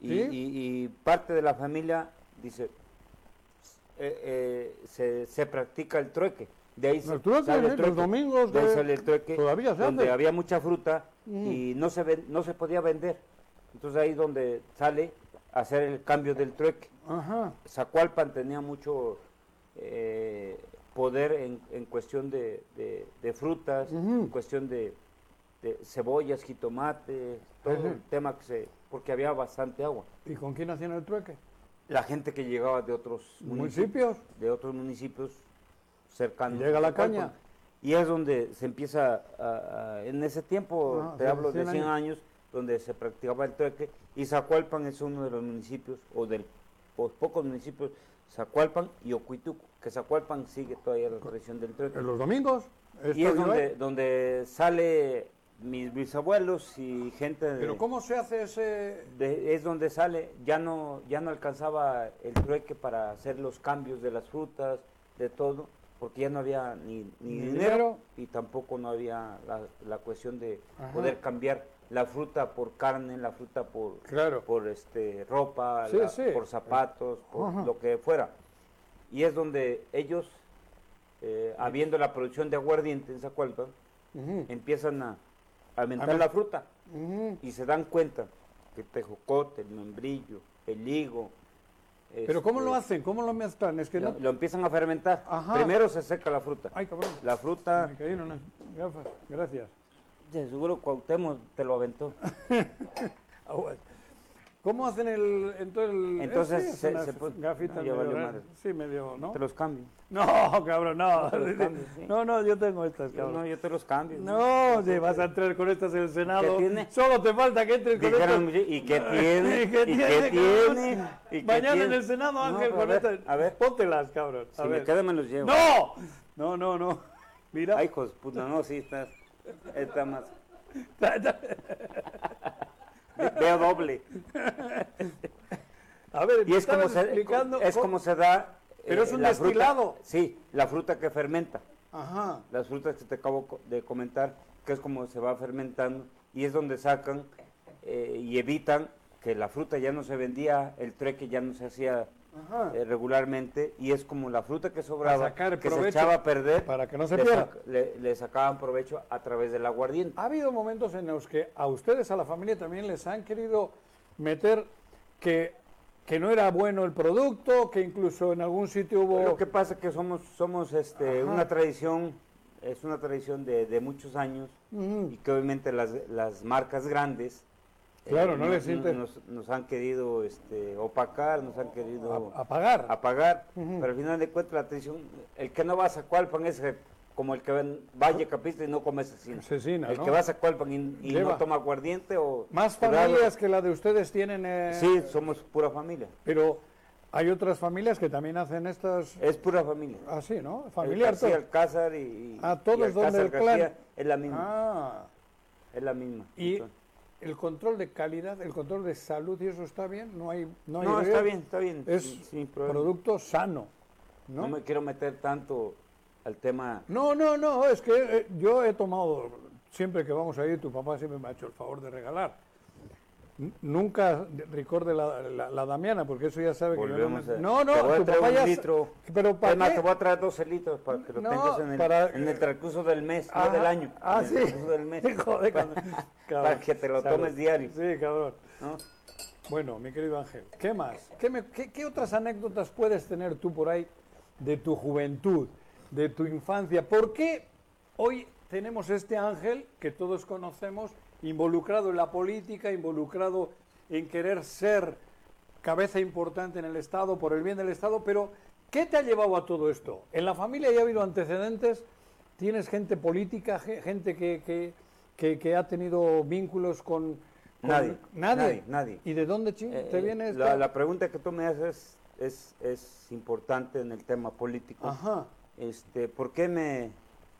Speaker 2: y,
Speaker 1: ¿Sí?
Speaker 2: y- y parte de la familia dice, eh, eh, se, se practica el trueque. De ahí se-
Speaker 1: El trueque,
Speaker 2: sale
Speaker 1: sí, los domingos
Speaker 2: de ahí
Speaker 1: de-
Speaker 2: sale el trueque,
Speaker 1: todavía se
Speaker 2: donde
Speaker 1: hace. Mm.
Speaker 2: había mucha fruta
Speaker 1: Ujú.
Speaker 2: y no se, ven- no se podía vender. Entonces ahí donde sale hacer el cambio del trueque.
Speaker 1: Ajá.
Speaker 2: Zacualpan tenía mucho eh, poder en, en cuestión de, de- de frutas,
Speaker 1: Ujú.
Speaker 2: en cuestión de, de cebollas, jitomates, todo
Speaker 1: Ujú.
Speaker 2: el tema que se... porque había bastante agua.
Speaker 1: ¿Y con quién hacían el trueque?
Speaker 2: La gente que llegaba de otros municipios,
Speaker 1: Municipios.
Speaker 2: de otros municipios cercanos.
Speaker 1: Llega
Speaker 2: a
Speaker 1: la
Speaker 2: Zacualpan.
Speaker 1: caña.
Speaker 2: Y es donde se empieza, a- a- en ese tiempo,
Speaker 1: Ajá,
Speaker 2: te
Speaker 1: Ah, hace
Speaker 2: hablo de
Speaker 1: 100
Speaker 2: 100 años, donde se practicaba el trueque, y Zacualpan es uno de los municipios, o de los pocos municipios, Zacualpan y Ocuituco, que Zacualpan sigue todavía la tradición del trueque.
Speaker 1: En los domingos.
Speaker 2: Y
Speaker 1: esto
Speaker 2: es
Speaker 1: yo-
Speaker 2: donde, donde sale mis bisabuelos y gente de...
Speaker 1: Pero ¿cómo se hace ese...?
Speaker 2: de- es donde sale, ya no, ya no alcanzaba el trueque para hacer los cambios de las frutas, de todo, porque ya no había ni, ni
Speaker 1: Ni
Speaker 2: dinero,
Speaker 1: dinero.
Speaker 2: y tampoco no había la, la cuestión de
Speaker 1: Ajá.
Speaker 2: poder cambiar la fruta por carne, la fruta por,
Speaker 1: Claro.
Speaker 2: por este, ropa,
Speaker 1: Sí,
Speaker 2: la-
Speaker 1: sí. Eh,
Speaker 2: por zapatos, por
Speaker 1: Ajá.
Speaker 2: lo que fuera. Y es donde ellos, eh, habiendo la producción de aguardiente en Zacualpan,
Speaker 1: Ujú,
Speaker 2: empiezan a aumentar
Speaker 1: Aument-
Speaker 2: la fruta
Speaker 1: ujú.
Speaker 2: y se dan cuenta que el tejocote, el membrillo, el higo.
Speaker 1: Pero ¿cómo
Speaker 2: este,
Speaker 1: lo hacen? ¿Cómo lo mezclan? Es que
Speaker 2: Lo,
Speaker 1: no...
Speaker 2: lo empiezan a fermentar.
Speaker 1: Ajá.
Speaker 2: Primero se seca la fruta.
Speaker 1: Ay, cabrón.
Speaker 2: La fruta,
Speaker 1: Me cayeron las gafas. Gracias.
Speaker 2: de seguro Cuauhtémoc te lo aventó.
Speaker 1: Aguas. ¿Cómo hacen el entonces el
Speaker 2: Entonces,
Speaker 1: este?
Speaker 2: se-
Speaker 1: Unas
Speaker 2: se pone-
Speaker 1: gafitas
Speaker 2: no, ya
Speaker 1: medio
Speaker 2: valió
Speaker 1: raras.
Speaker 2: madre.
Speaker 1: sí medio no
Speaker 2: Te los cambio.
Speaker 1: no cabrón no
Speaker 2: te los cambies, sí.
Speaker 1: no no yo tengo estas
Speaker 2: Yo, no,
Speaker 1: cabrón
Speaker 2: yo te los cambio.
Speaker 1: no, te vas a entrar con estas en el Senado
Speaker 2: tiene?
Speaker 1: solo te falta que entres con
Speaker 2: Dijeron,
Speaker 1: estas
Speaker 2: ¿y qué tiene?
Speaker 1: ¿Y qué tiene, cabrón?
Speaker 2: tiene? ¿Y qué
Speaker 1: mañana en
Speaker 2: tiene?
Speaker 1: el Senado
Speaker 2: No,
Speaker 1: Ángel
Speaker 2: pero
Speaker 1: con
Speaker 2: a ver,
Speaker 1: estas
Speaker 2: A ver,
Speaker 1: póntelas cabrón a
Speaker 2: si
Speaker 1: ver.
Speaker 2: me quedan me los llevo.
Speaker 1: no no no no mira
Speaker 2: Ay, hijos, puta, no, sí, estás, está más. Ve- Veo doble.
Speaker 1: a ver
Speaker 2: Y es
Speaker 1: estabas
Speaker 2: como se,
Speaker 1: explicando
Speaker 2: es
Speaker 1: cómo-
Speaker 2: como se da. eh,
Speaker 1: Pero es un
Speaker 2: la fruta-
Speaker 1: destilado.
Speaker 2: sí, la fruta que fermenta.
Speaker 1: ajá
Speaker 2: Las frutas que te acabo co- de comentar, que es como se va fermentando y es donde sacan eh, y evitan que la fruta ya no se vendía, el trueque ya no se hacía
Speaker 1: ajá
Speaker 2: eh, regularmente y es como la fruta que sobraba,
Speaker 1: sacar
Speaker 2: que se
Speaker 1: provecho,
Speaker 2: echaba a perder,
Speaker 1: para que no se
Speaker 2: le
Speaker 1: pierda.
Speaker 2: sac- le, le sacaban provecho a través del aguardiente.
Speaker 1: Ha habido momentos en los que a ustedes, a la familia, también les han querido meter que, que no era bueno el producto, que incluso en algún sitio hubo...
Speaker 2: Lo que pasa es que somos, somos este,
Speaker 1: Ajá.
Speaker 2: una tradición, es una tradición de, de muchos años
Speaker 1: Ujú.
Speaker 2: y que obviamente las, las marcas grandes eh,
Speaker 1: Claro, no les
Speaker 2: no-
Speaker 1: inter-
Speaker 2: nos, nos han querido este, opacar, nos han querido
Speaker 1: A- apagar.
Speaker 2: apagar,
Speaker 1: Ujú.
Speaker 2: pero al final de cuentas la atención, el que no va a Zacualpan es el- como el que ven- vaya capista y no come cecina.
Speaker 1: Cecina,
Speaker 2: el
Speaker 1: ¿no?
Speaker 2: que va a Zacualpan y, y
Speaker 1: Lleva.
Speaker 2: no toma aguardiente o...
Speaker 1: Más
Speaker 2: Claro.
Speaker 1: familias que la de ustedes tienen... eh,
Speaker 2: Sí, somos pura familia,
Speaker 1: Pero hay otras familias que también hacen estas...
Speaker 2: es pura familia.
Speaker 1: Así, ¿no?
Speaker 2: El
Speaker 1: Familiar.
Speaker 2: García
Speaker 1: todo.
Speaker 2: Alcázar y, y-
Speaker 1: Ah, todos
Speaker 2: y
Speaker 1: donde el clan.
Speaker 2: García es la misma,
Speaker 1: Ah,
Speaker 2: es la misma.
Speaker 1: y
Speaker 2: Entonces-
Speaker 1: el control de calidad, el control de salud, ¿y eso está bien? No hay... No, hay
Speaker 2: no, está
Speaker 1: riesgo.
Speaker 2: bien, está bien.
Speaker 1: Es
Speaker 2: sin- sin problema.
Speaker 1: producto sano,
Speaker 2: ¿no?
Speaker 1: ¿no?
Speaker 2: me quiero meter tanto al tema.
Speaker 1: No, no, no, es que eh, yo he tomado, siempre que vamos a ir, tu papá siempre me ha hecho el favor de regalar. N- Nunca de- recorde la, la, la Damiana, porque eso ya sabe
Speaker 2: Volvemos
Speaker 1: que yo
Speaker 2: a-
Speaker 1: no... me-
Speaker 2: te
Speaker 1: No, no,
Speaker 2: voy a
Speaker 1: tu
Speaker 2: traer
Speaker 1: papá
Speaker 2: un
Speaker 1: ya... sa-
Speaker 2: litro.
Speaker 1: Pero
Speaker 2: Es más,
Speaker 1: para
Speaker 2: te
Speaker 1: qué?
Speaker 2: voy a traer dos litros para que lo
Speaker 1: No,
Speaker 2: tengas en el,
Speaker 1: para-
Speaker 2: en el transcurso del mes,
Speaker 1: Ah,
Speaker 2: no del año.
Speaker 1: ah,
Speaker 2: en el
Speaker 1: sí.
Speaker 2: transcurso del mes.
Speaker 1: Joder,
Speaker 2: para,
Speaker 1: cabrón.
Speaker 2: para que te lo
Speaker 1: Salud.
Speaker 2: tomes diario.
Speaker 1: Sí, cabrón.
Speaker 2: ¿no?
Speaker 1: Bueno, mi querido Ángel, ¿qué más? ¿Qué, me- qué- qué otras anécdotas puedes tener tú por ahí de tu juventud, de tu infancia? ¿Por qué hoy tenemos este Ángel que todos conocemos involucrado en la política, involucrado en querer ser cabeza importante en el Estado, por el bien del Estado? Pero, ¿qué te ha llevado a todo esto? ¿En la familia ya ha habido antecedentes? ¿Tienes gente política, ge- gente que, que- que- que ha tenido vínculos con... con-
Speaker 2: Nadie,
Speaker 1: nadie.
Speaker 2: nadie, nadie.
Speaker 1: ¿Y de dónde chi-
Speaker 2: Eh,
Speaker 1: te viene
Speaker 2: la,
Speaker 1: esta?
Speaker 2: la pregunta que tú me haces es, es importante en el tema político.
Speaker 3: Ajá.
Speaker 2: Este, ¿Por qué me,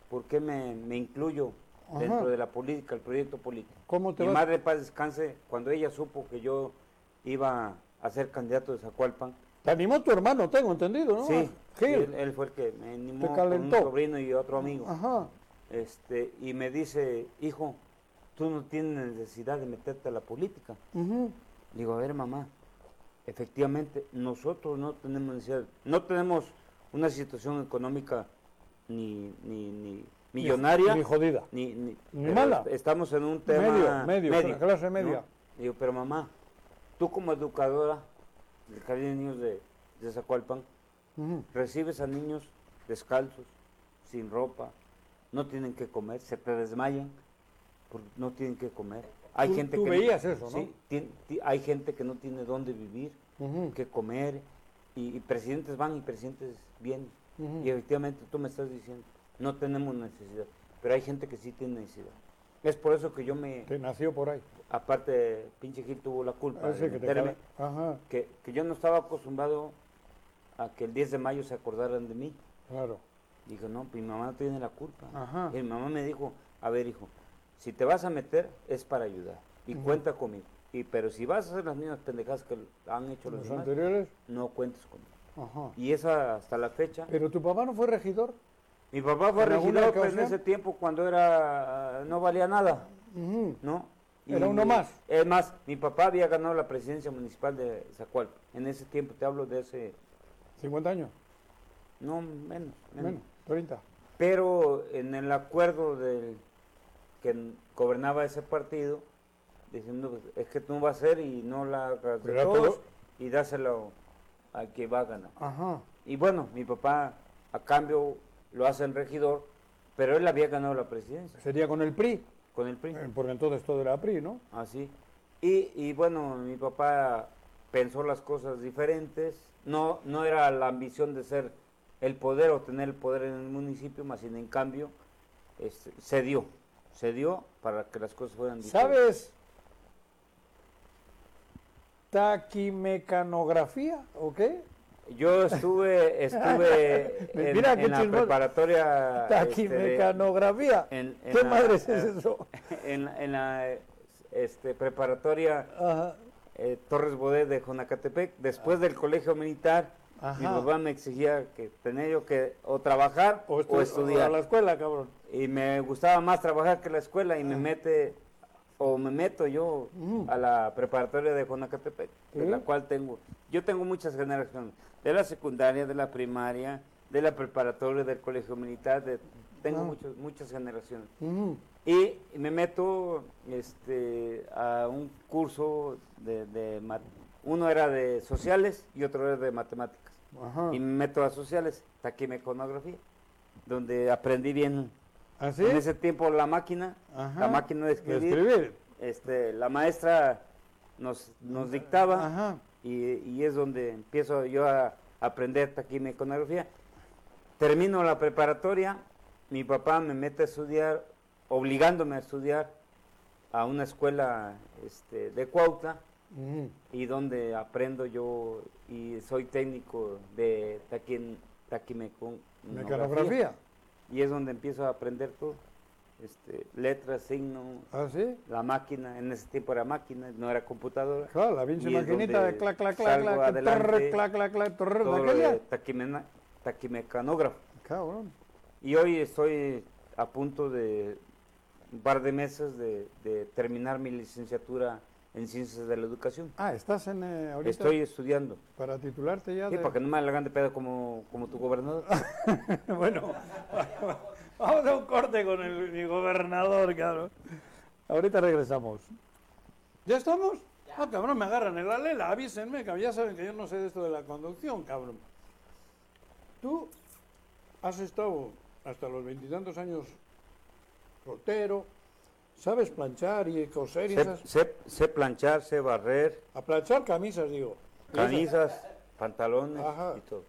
Speaker 2: por qué me, me incluyo
Speaker 3: Ajá.
Speaker 2: dentro de la política, el proyecto político?
Speaker 3: ¿Cómo te
Speaker 2: Mi
Speaker 3: vas?
Speaker 2: madre, paz descanse, cuando ella supo que yo iba a ser candidato de Zacualpan,
Speaker 3: Te animó tu hermano, tengo entendido, ¿no?
Speaker 2: sí, él,
Speaker 3: Gil.
Speaker 2: él fue el que me animó
Speaker 3: Te
Speaker 2: con
Speaker 3: Ah, calentó.
Speaker 2: un sobrino y otro amigo.
Speaker 3: Ajá.
Speaker 2: Este, y me dice, hijo, tú no tienes necesidad de meterte a la política.
Speaker 3: ujú.
Speaker 2: Le Digo, a ver, mamá, efectivamente, nosotros no tenemos necesidad- no tenemos una situación económica ni, ni, ni millonaria,
Speaker 3: Ni jodida.
Speaker 2: ni, ni-
Speaker 3: ni
Speaker 2: pero
Speaker 3: mala.
Speaker 2: est- Estamos en un tema
Speaker 3: Medio, medio, clase media.
Speaker 2: Le Digo, pero mamá, tú como educadora del Jardín de Niños de, de Zacualpan,
Speaker 3: ujú.
Speaker 2: recibes a niños descalzos, sin ropa, no tienen que comer, se te desmayan, porque no tienen que comer. Hay
Speaker 1: Tú-
Speaker 2: gente
Speaker 1: tú
Speaker 2: que
Speaker 1: veías eso, ¿no?
Speaker 2: sí, tien- ti- hay gente que no tiene dónde vivir,
Speaker 3: Ujú.
Speaker 2: que comer, y, y presidentes van y presidentes vienen.
Speaker 3: Ujú.
Speaker 2: Y efectivamente tú me estás diciendo, no tenemos necesidad, pero hay gente que sí tiene necesidad. Es por eso que yo me,
Speaker 3: Que nació por ahí.
Speaker 2: aparte, pinche Gil tuvo la culpa. de
Speaker 3: Ese que te
Speaker 2: meterme,
Speaker 3: cala- Ajá,
Speaker 2: que- que yo no estaba acostumbrado a que el 10 de mayo se acordaran de mí.
Speaker 3: claro.
Speaker 2: Dijo, no, pues mi mamá no tiene la culpa.
Speaker 3: Ajá.
Speaker 2: Y mi mamá me dijo, a ver, hijo, si te vas a meter es para ayudar y cuenta conmigo. Y, pero si vas a hacer las mismas pendejadas que han hecho los,
Speaker 3: Los
Speaker 2: demás,
Speaker 3: anteriores.
Speaker 2: no cuentes conmigo.
Speaker 3: Ajá.
Speaker 2: Y esa hasta la fecha.
Speaker 3: Pero tu papá no fue regidor.
Speaker 2: Mi papá fue
Speaker 3: Eh, ¿En alguna
Speaker 2: regidor pero en
Speaker 3: ocasión?
Speaker 2: ese tiempo cuando era ah, no valía nada,
Speaker 3: Ujú.
Speaker 2: ¿no?
Speaker 3: Era uno más.
Speaker 2: Es más, mi papá había ganado la presidencia municipal de Zacualpa. En ese tiempo te hablo de hace,
Speaker 3: 50 años.
Speaker 2: no, menos, menos.
Speaker 3: Menos, 30.
Speaker 2: Pero en el acuerdo del que n- gobernaba ese partido, diciendo pues, es que tú no vas a ser y no la hagas de
Speaker 3: Cuídatelo.
Speaker 2: todos y dáselo al que va a ganar.
Speaker 3: Ajá.
Speaker 2: Y bueno, mi papá a cambio lo hace en regidor, pero él había ganado la presidencia
Speaker 3: Sería con el PRI.
Speaker 2: con el PRI.
Speaker 3: eh, Porque entonces todo era PRI, ¿no?
Speaker 2: Así. Y, y bueno, mi papá pensó las cosas diferentes. No, no era la ambición de ser el poder o tener el poder en el municipio, más sin en cambio este, se dio. Se dio para que las cosas fueran diferentes.
Speaker 3: ¿Sabes? ¿Taquimecanografía o qué?
Speaker 2: Yo estuve, estuve en,
Speaker 3: Mira qué
Speaker 2: en la
Speaker 3: chismoso.
Speaker 2: preparatoria. este, de-
Speaker 3: Taquimecanografía.
Speaker 2: en- en
Speaker 3: ¿Qué
Speaker 2: la-
Speaker 3: madre es
Speaker 2: eh,
Speaker 3: eso?
Speaker 2: en, la- en la eh, este, preparatoria
Speaker 3: Ajá.
Speaker 2: eh, Torres Bodet de Jonacatepec, después del colegio militar, mi
Speaker 3: Ah. Ajá.
Speaker 2: papá me exigía que tenía yo que o trabajar o,
Speaker 3: estu-
Speaker 2: estudiar.
Speaker 3: a la escuela, cabrón.
Speaker 2: Y me gustaba más trabajar que la escuela y me mete, o me meto yo
Speaker 3: Ah. Mm.
Speaker 2: a la preparatoria de Jonacatepec, de la
Speaker 3: Sí.
Speaker 2: cual tengo, yo tengo muchas generaciones, de la secundaria, de la primaria, de la preparatoria, del colegio militar, de- tengo
Speaker 3: Ah.
Speaker 2: muchos- muchas generaciones.
Speaker 3: Ujú.
Speaker 2: Y me meto este, a un curso de, de ma- uno era de sociales y otro era de matemáticas.
Speaker 3: Ajá.
Speaker 2: Y me meto a sociales, taquimecanografía, donde aprendí bien.
Speaker 3: ¿Así?
Speaker 2: En ese tiempo la máquina,
Speaker 3: Ajá.
Speaker 2: la máquina de escribir,
Speaker 3: Escribir.
Speaker 2: Este, la maestra nos, nos dictaba
Speaker 3: Ajá.
Speaker 2: y, y es donde empiezo yo a aprender taquimecanografía. Termino la preparatoria, mi papá me mete a estudiar, obligándome a estudiar a una escuela este, de Cuautla
Speaker 3: Ujú.
Speaker 2: y donde aprendo yo y soy técnico de taquim, taquimecanografía.
Speaker 3: Mecanografía.
Speaker 2: Y es donde empiezo a aprender todo, este, letras, signos,
Speaker 3: ¿Así?
Speaker 2: la máquina, en ese tiempo era máquina, no era computadora.
Speaker 3: Claro, la pinche
Speaker 2: Y es
Speaker 3: maquinita
Speaker 2: donde
Speaker 3: de clac, clac, clac,
Speaker 2: salgo
Speaker 3: clac,
Speaker 2: adelante,
Speaker 3: torre, clac, clac, clac, torre,
Speaker 2: todo
Speaker 3: de
Speaker 2: lo de
Speaker 3: aquella.
Speaker 2: taquimena- taquimecanógrafo.
Speaker 3: Cabrón.
Speaker 2: Y hoy estoy a punto de un par de meses de, de terminar mi licenciatura en Ciencias de la Educación.
Speaker 3: Ah, estás en, eh, ahorita
Speaker 2: Estoy estudiando.
Speaker 3: para titularte ya
Speaker 2: Sí,
Speaker 3: de... Ah,
Speaker 2: para que no me hagan de pedo como, como tu gobernador.
Speaker 3: bueno, vamos a un corte con el mi gobernador, cabrón. Ahorita regresamos. ¿Ya estamos? Ah, cabrón, me agarran en la lela, avísenme, cabrón. Ya saben que yo no sé de esto de la conducción, cabrón. Tú has estado hasta los veintitantos años rotero, sabes planchar y coser y
Speaker 2: sé,
Speaker 3: esas...
Speaker 2: sé- sé planchar, sé barrer,
Speaker 3: A planchar camisas, digo. Y esas-
Speaker 2: camisas, pantalones
Speaker 3: Ajá.
Speaker 2: y todo.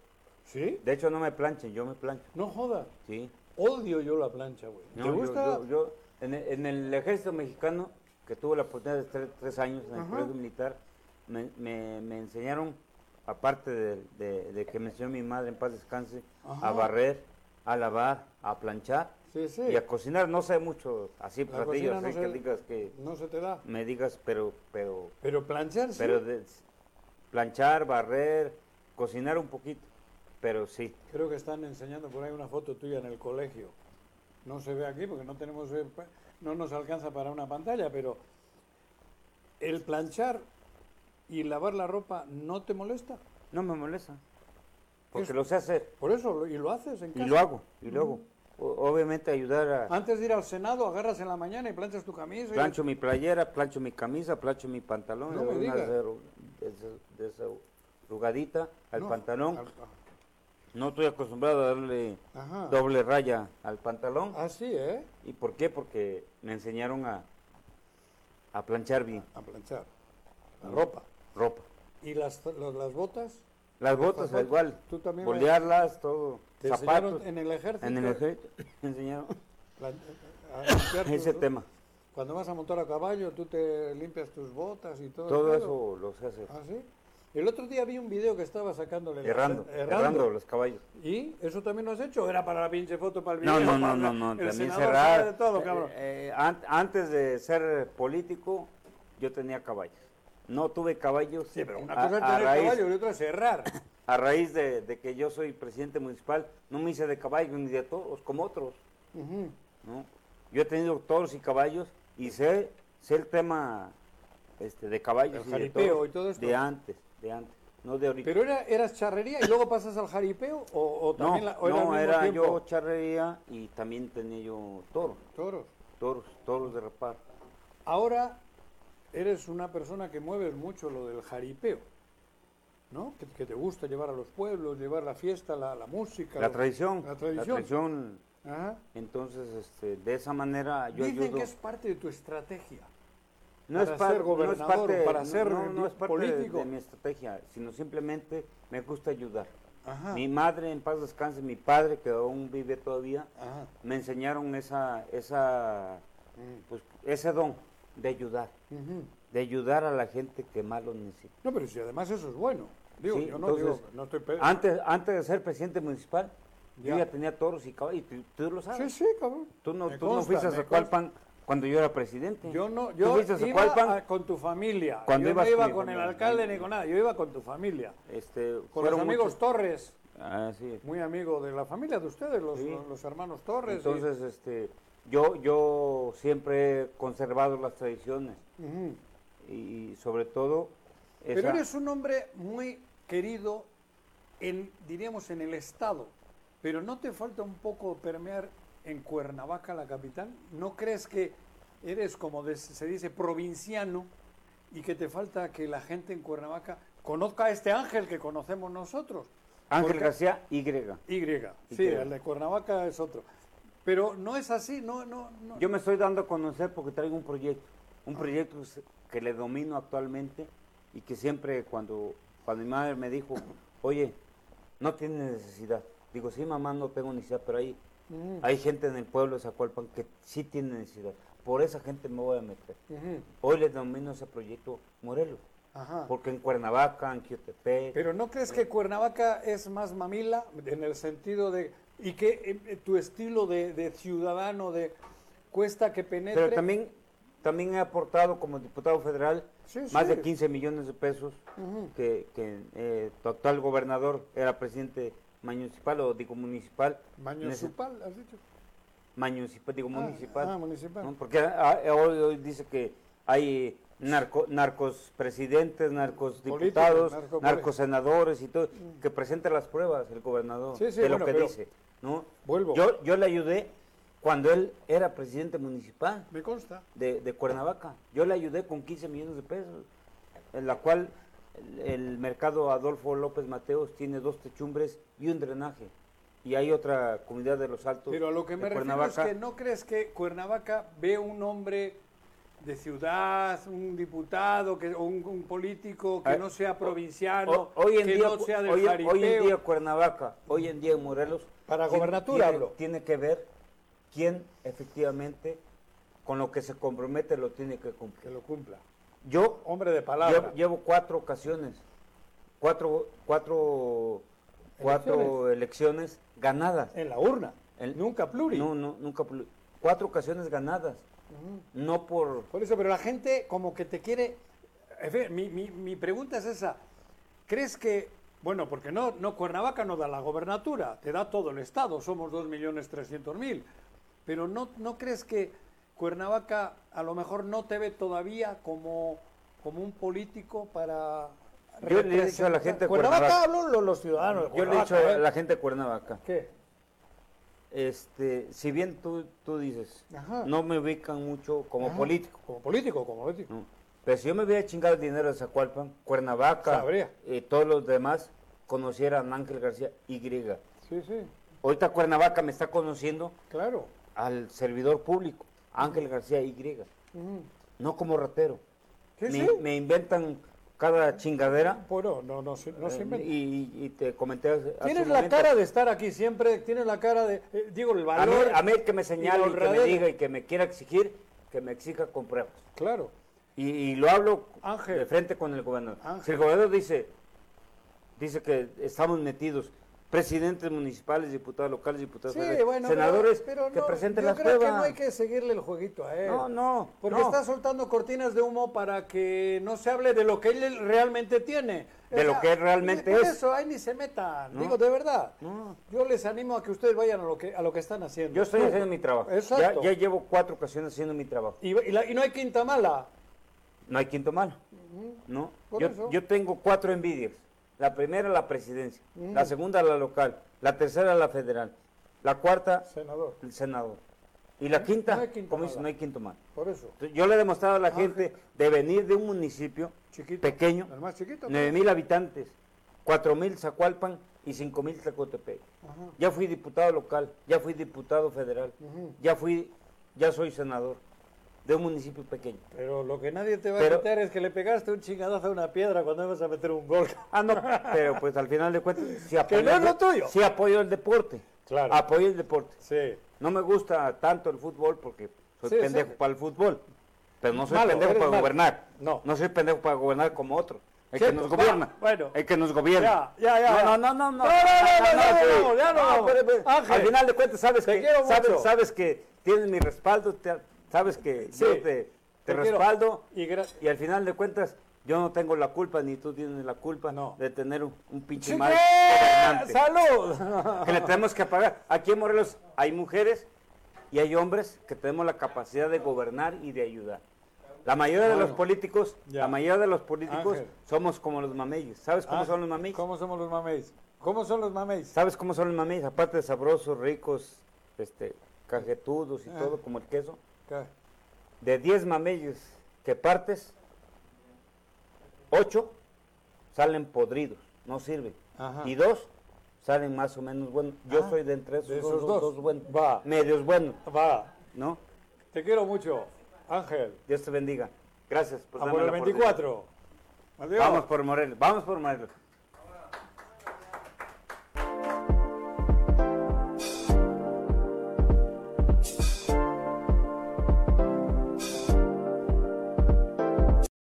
Speaker 3: ¿Sí?
Speaker 2: De hecho, no me planchen, yo me plancho.
Speaker 3: No jodas.
Speaker 2: Sí.
Speaker 3: Odio yo la plancha, güey.
Speaker 2: No,
Speaker 3: ¿Te
Speaker 2: yo-
Speaker 3: gusta?
Speaker 2: Yo, yo- en, el, en el ejército mexicano, que tuve la oportunidad de estar tres años en el
Speaker 3: Ajá.
Speaker 2: colegio militar, me, me- me enseñaron aparte de, de- de que me enseñó mi madre en paz descanse,
Speaker 3: Ajá.
Speaker 2: a barrer, a lavar, a planchar
Speaker 3: Sí, sí.
Speaker 2: y a cocinar. No sé mucho, así
Speaker 3: La
Speaker 2: platillos,
Speaker 3: cocina no
Speaker 2: así
Speaker 3: sé.
Speaker 2: que digas que
Speaker 3: No se te da.
Speaker 2: me digas, pero, pero,
Speaker 3: Pero planchar sí.
Speaker 2: pero de- planchar, barrer, cocinar un poquito, pero sí.
Speaker 3: Creo que están enseñando por ahí una foto tuya en el colegio. No se ve aquí porque no tenemos, eh, pa- no nos alcanza para una pantalla, pero el planchar y lavar la ropa no te molesta.
Speaker 2: No me molesta, porque
Speaker 3: Es-
Speaker 2: lo sé hacer
Speaker 3: Por eso lo- y lo haces en
Speaker 2: y
Speaker 3: casa.
Speaker 2: lo hago, y lo hago. O- obviamente ayudar a...
Speaker 3: Antes de ir al Senado agarras en la mañana y planchas tu camisa. y-
Speaker 2: Plancho mi playera, plancho mi camisa, plancho mi pantalón, le
Speaker 3: No me
Speaker 2: doy una
Speaker 3: digas.
Speaker 2: desarru- desa- desarrugadita al
Speaker 3: No,
Speaker 2: pantalón.
Speaker 3: al-
Speaker 2: No estoy acostumbrado a darle
Speaker 3: Ajá.
Speaker 2: doble raya al pantalón.
Speaker 3: Así, ¿eh?
Speaker 2: ¿Y por qué? Porque me enseñaron a, a planchar bien
Speaker 3: A planchar la ropa.
Speaker 2: ropa.
Speaker 3: ¿Y las, las, las botas?
Speaker 2: Las botas
Speaker 3: botas,
Speaker 2: igual,
Speaker 3: tú también me-
Speaker 2: bolearlas, todo,
Speaker 3: ¿Te
Speaker 2: zapatos.
Speaker 3: enseñaron en el ejército?
Speaker 2: En el ejército me enseñaron
Speaker 3: Plan- a limpiar
Speaker 2: ese
Speaker 3: tus-
Speaker 2: tema.
Speaker 3: Cuando vas a montar a caballo, tú te limpias tus botas y todo. el
Speaker 2: Todo
Speaker 3: pedo.
Speaker 2: eso lo sé hacer.
Speaker 3: ¿Ah, sí? El otro día vi un video que estaba sacándole. la-
Speaker 2: Errando, errando los caballos.
Speaker 3: ¿Y eso también lo has hecho? ¿O ¿Era para la pinche foto, para el video?
Speaker 2: No, no,
Speaker 3: para
Speaker 2: no, no,
Speaker 3: la-
Speaker 2: no,
Speaker 3: el
Speaker 2: también
Speaker 3: senador
Speaker 2: cerrar.
Speaker 3: sabe de todo, cabrón.
Speaker 2: Eh, eh, an- antes de ser político, yo tenía caballos. No tuve caballos.
Speaker 3: Sí, pero una
Speaker 2: a,
Speaker 3: cosa es
Speaker 2: a
Speaker 3: tener
Speaker 2: raíz,
Speaker 3: caballo y otra es cerrar.
Speaker 2: a raíz de, de que yo soy presidente municipal, no me hice de caballos ni de toros como otros.
Speaker 3: Ujú.
Speaker 2: ¿no? Yo he tenido toros y caballos y sé, sé el tema este, de caballos
Speaker 3: El
Speaker 2: y de
Speaker 3: jaripeo
Speaker 2: toros
Speaker 3: y todo esto.
Speaker 2: de antes, de antes, no de ahorita.
Speaker 3: ¿Pero era, eras charrería y luego pasas al jaripeo? ¿O, o
Speaker 2: no,
Speaker 3: también la- o al
Speaker 2: no,
Speaker 3: mismo
Speaker 2: era
Speaker 3: tiempo?
Speaker 2: yo charrería y también tenía yo toros,
Speaker 3: Toros.
Speaker 2: toros, toros de rapar.
Speaker 3: Ahora eres una persona que mueves mucho lo del jaripeo, ¿no? Que, que te gusta llevar a los pueblos, llevar la fiesta, la, la música.
Speaker 2: La
Speaker 3: lo-
Speaker 2: tradición.
Speaker 3: La tradición.
Speaker 2: tradición,
Speaker 3: Ajá.
Speaker 2: Entonces, este, de esa manera yo
Speaker 3: Dicen
Speaker 2: ayudo.
Speaker 3: que es parte de tu estrategia.
Speaker 2: no, es
Speaker 3: para
Speaker 2: par-
Speaker 3: ser gobernador o para
Speaker 2: no-
Speaker 3: ser
Speaker 2: no, no es parte de-
Speaker 3: político.
Speaker 2: de mi estrategia, sino simplemente me gusta ayudar.
Speaker 3: Ajá.
Speaker 2: Mi madre, en paz descanse, mi padre, que aún vive todavía,
Speaker 3: Ajá.
Speaker 2: me enseñaron esa, esa, pues, ese don de ayudar,
Speaker 3: Mm. Ujú.
Speaker 2: de ayudar a la gente que más lo necesita.
Speaker 3: No, pero si además eso es bueno. Digo,
Speaker 2: Sí,
Speaker 3: yo no
Speaker 2: entonces, Ah,
Speaker 3: digo, no estoy pe-
Speaker 2: Antes, antes de ser presidente municipal,
Speaker 3: Eh. Ya.
Speaker 2: yo ya tenía toros y caballos, y tú, tú lo sabes.
Speaker 3: Ah, Sí, sí, cabrón.
Speaker 2: Tú no,
Speaker 3: Me
Speaker 2: tú no
Speaker 3: consta,
Speaker 2: fuiste a
Speaker 3: me
Speaker 2: Zacualpan cuando yo era presidente.
Speaker 3: Yo no,
Speaker 2: Tú
Speaker 3: yo
Speaker 2: fuiste a
Speaker 3: iba
Speaker 2: Zacualpan,
Speaker 3: a- con tu familia.
Speaker 2: Cuando
Speaker 3: yo no
Speaker 2: ibas
Speaker 3: iba
Speaker 2: con mi
Speaker 3: con el
Speaker 2: familia.
Speaker 3: alcalde ni con nada, yo iba con tu familia.
Speaker 2: este,
Speaker 3: Con
Speaker 2: fueron
Speaker 3: los amigos
Speaker 2: muchos-
Speaker 3: Torres,
Speaker 2: Ah, sí.
Speaker 3: muy amigo de la familia de ustedes, los,
Speaker 2: Sí.
Speaker 3: los- los hermanos Torres. y-
Speaker 2: Entonces, este, yo, yo siempre he conservado las tradiciones
Speaker 3: Ujú.
Speaker 2: y, y sobre todo...
Speaker 3: Pero
Speaker 2: esa-
Speaker 3: eres un hombre muy querido, en, diríamos, en el Estado. Pero ¿no te falta un poco permear en Cuernavaca, la capital? ¿No crees que eres, como des- se dice, provinciano y que te falta que la gente en Cuernavaca conozca a este ángel que conocemos nosotros?
Speaker 2: Ángel
Speaker 3: Porque-
Speaker 2: García, Y.
Speaker 3: Y.
Speaker 2: Y
Speaker 3: Sí,
Speaker 2: creo.
Speaker 3: el de Cuernavaca es otro. Pero no es así, no, no, no. Ah.
Speaker 2: Yo me estoy dando a conocer porque traigo un proyecto, un proyecto que se- que le domino actualmente y que siempre cuando, cuando mi madre me dijo, oye, no tienes necesidad. Digo, sí, mamá, no tengo necesidad, pero hay,
Speaker 3: Ujú,
Speaker 2: hay gente en el pueblo de Zacualpan que sí tiene necesidad. Por esa gente me voy a meter.
Speaker 3: ujú,
Speaker 2: Hoy le domino ese proyecto Morelos,
Speaker 3: Ajá.
Speaker 2: porque en Cuernavaca, en Quiotepec,
Speaker 3: Pero ¿no crees que Cuernavaca es más mamila en el sentido de... y que eh, eh, tu estilo de, de ciudadano, de cuesta que penetre...
Speaker 2: Pero también, también he aportado como diputado federal
Speaker 3: Sí,
Speaker 2: más
Speaker 3: sí.
Speaker 2: de 15 millones de pesos
Speaker 3: Ujú.
Speaker 2: que, que, eh, tu actual gobernador era presidente municipal o digo municipal. en ese-
Speaker 3: Municipal, has dicho.
Speaker 2: Mañucipal, digo
Speaker 3: Ah,
Speaker 2: municipal.
Speaker 3: ah, municipal.
Speaker 2: ¿no? Porque ah, ah, hoy, hoy dice que hay narco, narcos presidentes, narcos
Speaker 3: Políticos,
Speaker 2: diputados,
Speaker 3: narco- Mm.
Speaker 2: narcos senadores y todo, que presente las pruebas el gobernador
Speaker 3: Sí, sí,
Speaker 2: de
Speaker 3: bueno,
Speaker 2: lo que
Speaker 3: pero-
Speaker 2: dice. ¿no?
Speaker 3: Vuelvo.
Speaker 2: Yo, yo le ayudé cuando él era presidente municipal
Speaker 3: Me consta.
Speaker 2: de, de Cuernavaca. Yo le ayudé con 15 millones de pesos, en la cual el, el mercado Adolfo López Mateos tiene dos techumbres y un drenaje. Y hay otra comunidad de los altos.
Speaker 3: Pero a lo que
Speaker 2: de
Speaker 3: me refiero es
Speaker 2: Cuernavaca.
Speaker 3: que no crees que Cuernavaca ve un hombre de ciudad, un diputado que, o un, un político que
Speaker 2: Ah,
Speaker 3: no sea provinciano,
Speaker 2: Ho- hoy, en
Speaker 3: que
Speaker 2: día,
Speaker 3: no sea del
Speaker 2: hoy, hoy en
Speaker 3: jaripeo.
Speaker 2: día Cuernavaca, hoy en día en Morelos.
Speaker 3: Para
Speaker 2: tiene-
Speaker 3: gobernatura
Speaker 2: tiene,
Speaker 3: hablo.
Speaker 2: tiene que ver quién efectivamente con lo que se compromete lo tiene que
Speaker 3: Que
Speaker 2: cumplir.
Speaker 3: lo cumpla.
Speaker 2: Yo
Speaker 3: Hombre de palabra.
Speaker 2: llevo, llevo cuatro ocasiones, cuatro, cuatro, cuatro elecciones ganadas.
Speaker 3: En la urna.
Speaker 2: El-
Speaker 3: nunca pluri.
Speaker 2: No, no, nunca. plu- Cuatro ocasiones ganadas.
Speaker 3: Ujú.
Speaker 2: No por.
Speaker 3: Por eso, pero la gente como que te quiere... en fin, mi, mi- mi pregunta es esa. ¿Crees que... Bueno, porque no, no, Cuernavaca no da la gobernatura, te da todo el Estado, somos 2.300.000. Pero no, ¿no crees que Cuernavaca a lo mejor no te ve todavía como, como un político para...
Speaker 2: Yo le he dicho a la gente de
Speaker 3: Cuernavaca
Speaker 2: Cuernavaca-
Speaker 3: hablo lo- los ciudadanos.
Speaker 2: Yo le he dicho
Speaker 3: Cuernavaca,
Speaker 2: a
Speaker 3: ¿eh?
Speaker 2: la gente de Cuernavaca.
Speaker 3: ¿Qué?
Speaker 2: Este, si bien tú, tú dices,
Speaker 3: Ajá.
Speaker 2: no me ubican mucho como
Speaker 3: Ajá.
Speaker 2: político.
Speaker 3: Como político, como político.
Speaker 2: ¿no? Pero si yo me hubiera chingado el dinero de Zacualpan, Cuernavaca
Speaker 3: Sabría.
Speaker 2: y todos los demás conocieran a Ángel García Y.
Speaker 3: Sí, sí,
Speaker 2: Ahorita Cuernavaca me está conociendo
Speaker 3: claro.
Speaker 2: al servidor público, Ángel García Y,
Speaker 3: Ujú.
Speaker 2: no como ratero.
Speaker 3: Sí,
Speaker 2: me,
Speaker 3: sí.
Speaker 2: me inventan cada chingadera
Speaker 3: Bueno, no, no, se- no
Speaker 2: eh,
Speaker 3: se inventa.
Speaker 2: y, y te comenté hace- hace
Speaker 3: Tienes
Speaker 2: un
Speaker 3: la
Speaker 2: momento.
Speaker 3: cara de estar aquí siempre, tienes la cara de, eh, digo, el
Speaker 2: A mí,
Speaker 3: valor.
Speaker 2: a mí el que me señale
Speaker 3: y
Speaker 2: y,
Speaker 3: la
Speaker 2: que me
Speaker 3: honradez.
Speaker 2: diga y que me quiera exigir, que me exija con pruebas.
Speaker 3: Claro.
Speaker 2: Y, y lo hablo
Speaker 3: Ángel.
Speaker 2: de frente con el gobernador.
Speaker 3: Ángel.
Speaker 2: Si el gobernador dice, dice que estamos metidos, presidentes municipales, diputados locales, diputados
Speaker 3: Sí,
Speaker 2: federales,
Speaker 3: bueno, pero-
Speaker 2: senadores,
Speaker 3: pero
Speaker 2: que
Speaker 3: no,
Speaker 2: presenten
Speaker 3: yo
Speaker 2: las
Speaker 3: creo
Speaker 2: pruebas.
Speaker 3: que no hay que seguirle el jueguito a él.
Speaker 2: no, no,
Speaker 3: Porque
Speaker 2: no.
Speaker 3: está soltando cortinas de humo para que no se hable de lo que él realmente tiene.
Speaker 2: De lo que él realmente
Speaker 3: por
Speaker 2: es.
Speaker 3: eso, ahí ni se metan.
Speaker 2: No.
Speaker 3: Digo, de verdad.
Speaker 2: No.
Speaker 3: Yo les animo a que ustedes vayan a lo que, a lo que están haciendo.
Speaker 2: Yo estoy
Speaker 3: Tú.
Speaker 2: haciendo mi trabajo. Ya,
Speaker 3: Exacto.
Speaker 2: ya llevo cuatro ocasiones haciendo mi trabajo.
Speaker 3: Y, y la- y no hay quinta mala.
Speaker 2: No hay quinto malo. ¿no?
Speaker 3: Por
Speaker 2: Yo,
Speaker 3: eso.
Speaker 2: yo tengo cuatro envidias. La primera, la presidencia.
Speaker 3: Ujú.
Speaker 2: La segunda, la local. La tercera, la federal. La cuarta,
Speaker 3: Senador,
Speaker 2: el senador. Y la quinta,
Speaker 3: no hay quinto
Speaker 2: como dice,
Speaker 3: malo. Ah,
Speaker 2: no hay quinto malo.
Speaker 3: por eso.
Speaker 2: Entonces, Yo le he demostrado a la
Speaker 3: Ángel.
Speaker 2: gente de venir de un municipio
Speaker 3: Chiquito.
Speaker 2: pequeño,
Speaker 3: El más chiquito.
Speaker 2: 9 mil habitantes, 4 mil Zacualpan y 5 mil Tlacotepec.
Speaker 3: Ajá.
Speaker 2: Ya fui diputado local, ya fui diputado federal,
Speaker 3: Ujú.
Speaker 2: ya fui, ya soy senador de un municipio pequeño.
Speaker 3: Pero lo que nadie te va
Speaker 2: Pero-
Speaker 3: a quitar es que le pegaste un chingadazo a una piedra cuando ibas a meter un gol.
Speaker 2: Ah, no, pero pues al final de cuentas, si
Speaker 3: Que
Speaker 2: apoyo,
Speaker 3: no es
Speaker 2: el
Speaker 3: lo
Speaker 2: de-
Speaker 3: tuyo.
Speaker 2: sí apoyo el deporte.
Speaker 3: Claro.
Speaker 2: Apoyo el deporte.
Speaker 3: Sí.
Speaker 2: No me gusta tanto el fútbol porque soy
Speaker 3: Sí,
Speaker 2: pendejo
Speaker 3: sí.
Speaker 2: para el fútbol. Pero no soy
Speaker 3: Malo,
Speaker 2: pendejo
Speaker 3: eres
Speaker 2: para
Speaker 3: malo.
Speaker 2: gobernar.
Speaker 3: No.
Speaker 2: No soy pendejo para gobernar como otro. El que
Speaker 3: Cierto.
Speaker 2: nos gobierna.
Speaker 3: Va, bueno.
Speaker 2: El que nos gobierna.
Speaker 3: Ya, ya, ya, ya.
Speaker 2: No, no, no, no.
Speaker 3: No, no, no, no, ya
Speaker 2: sí.
Speaker 3: nos vamos, ya nos
Speaker 2: No,
Speaker 3: vamos.
Speaker 2: pero, pero,
Speaker 3: Ángel,
Speaker 2: Al final de cuentas sabes
Speaker 3: te
Speaker 2: que
Speaker 3: quiero mucho.
Speaker 2: sabes, sabes que tienes mi respaldo, te- sabes que
Speaker 3: Sí,
Speaker 2: yo te, te
Speaker 3: te quiero.
Speaker 2: respaldo
Speaker 3: Y gracias.
Speaker 2: y al final de cuentas yo no tengo la culpa ni tú tienes la culpa
Speaker 3: No.
Speaker 2: de tener un, un pinche
Speaker 3: ¡Sí
Speaker 2: mal
Speaker 3: que-
Speaker 2: gobernante
Speaker 3: ¡Salud!
Speaker 2: que le tenemos que pagar. Aquí en Morelos hay mujeres y hay hombres que tenemos la capacidad de gobernar y de ayudar. La mayoría de los
Speaker 3: Bueno,
Speaker 2: políticos,
Speaker 3: ya.
Speaker 2: la mayoría de los políticos
Speaker 3: Ángel.
Speaker 2: somos como los mameyes. ¿Sabes cómo
Speaker 3: Ah,
Speaker 2: son los mameyes?
Speaker 3: ¿Cómo somos los mameis? ¿Cómo son los mameis?
Speaker 2: ¿Sabes cómo son los mameyes? Aparte de sabrosos, ricos, este, cajetudos y
Speaker 3: Ah.
Speaker 2: todo como el queso.
Speaker 3: Ca-
Speaker 2: De 10 mameyes que partes, 8 salen podridos, no sirven.
Speaker 3: Ajá.
Speaker 2: Y dos salen más o menos buenos. Yo
Speaker 3: Ah,
Speaker 2: soy de entre esos,
Speaker 3: de
Speaker 2: dos,
Speaker 3: esos
Speaker 2: dos-
Speaker 3: dos.
Speaker 2: dos buenos.
Speaker 3: Va.
Speaker 2: Medios buenos,
Speaker 3: Va,
Speaker 2: ¿no?
Speaker 3: te quiero mucho, Ángel.
Speaker 2: Dios te bendiga. Gracias Pues por
Speaker 3: a
Speaker 2: darme
Speaker 3: Ah, por el
Speaker 2: la oportunidad.
Speaker 3: 24. Adiós.
Speaker 2: Vamos por Morelos, vamos por Morelos.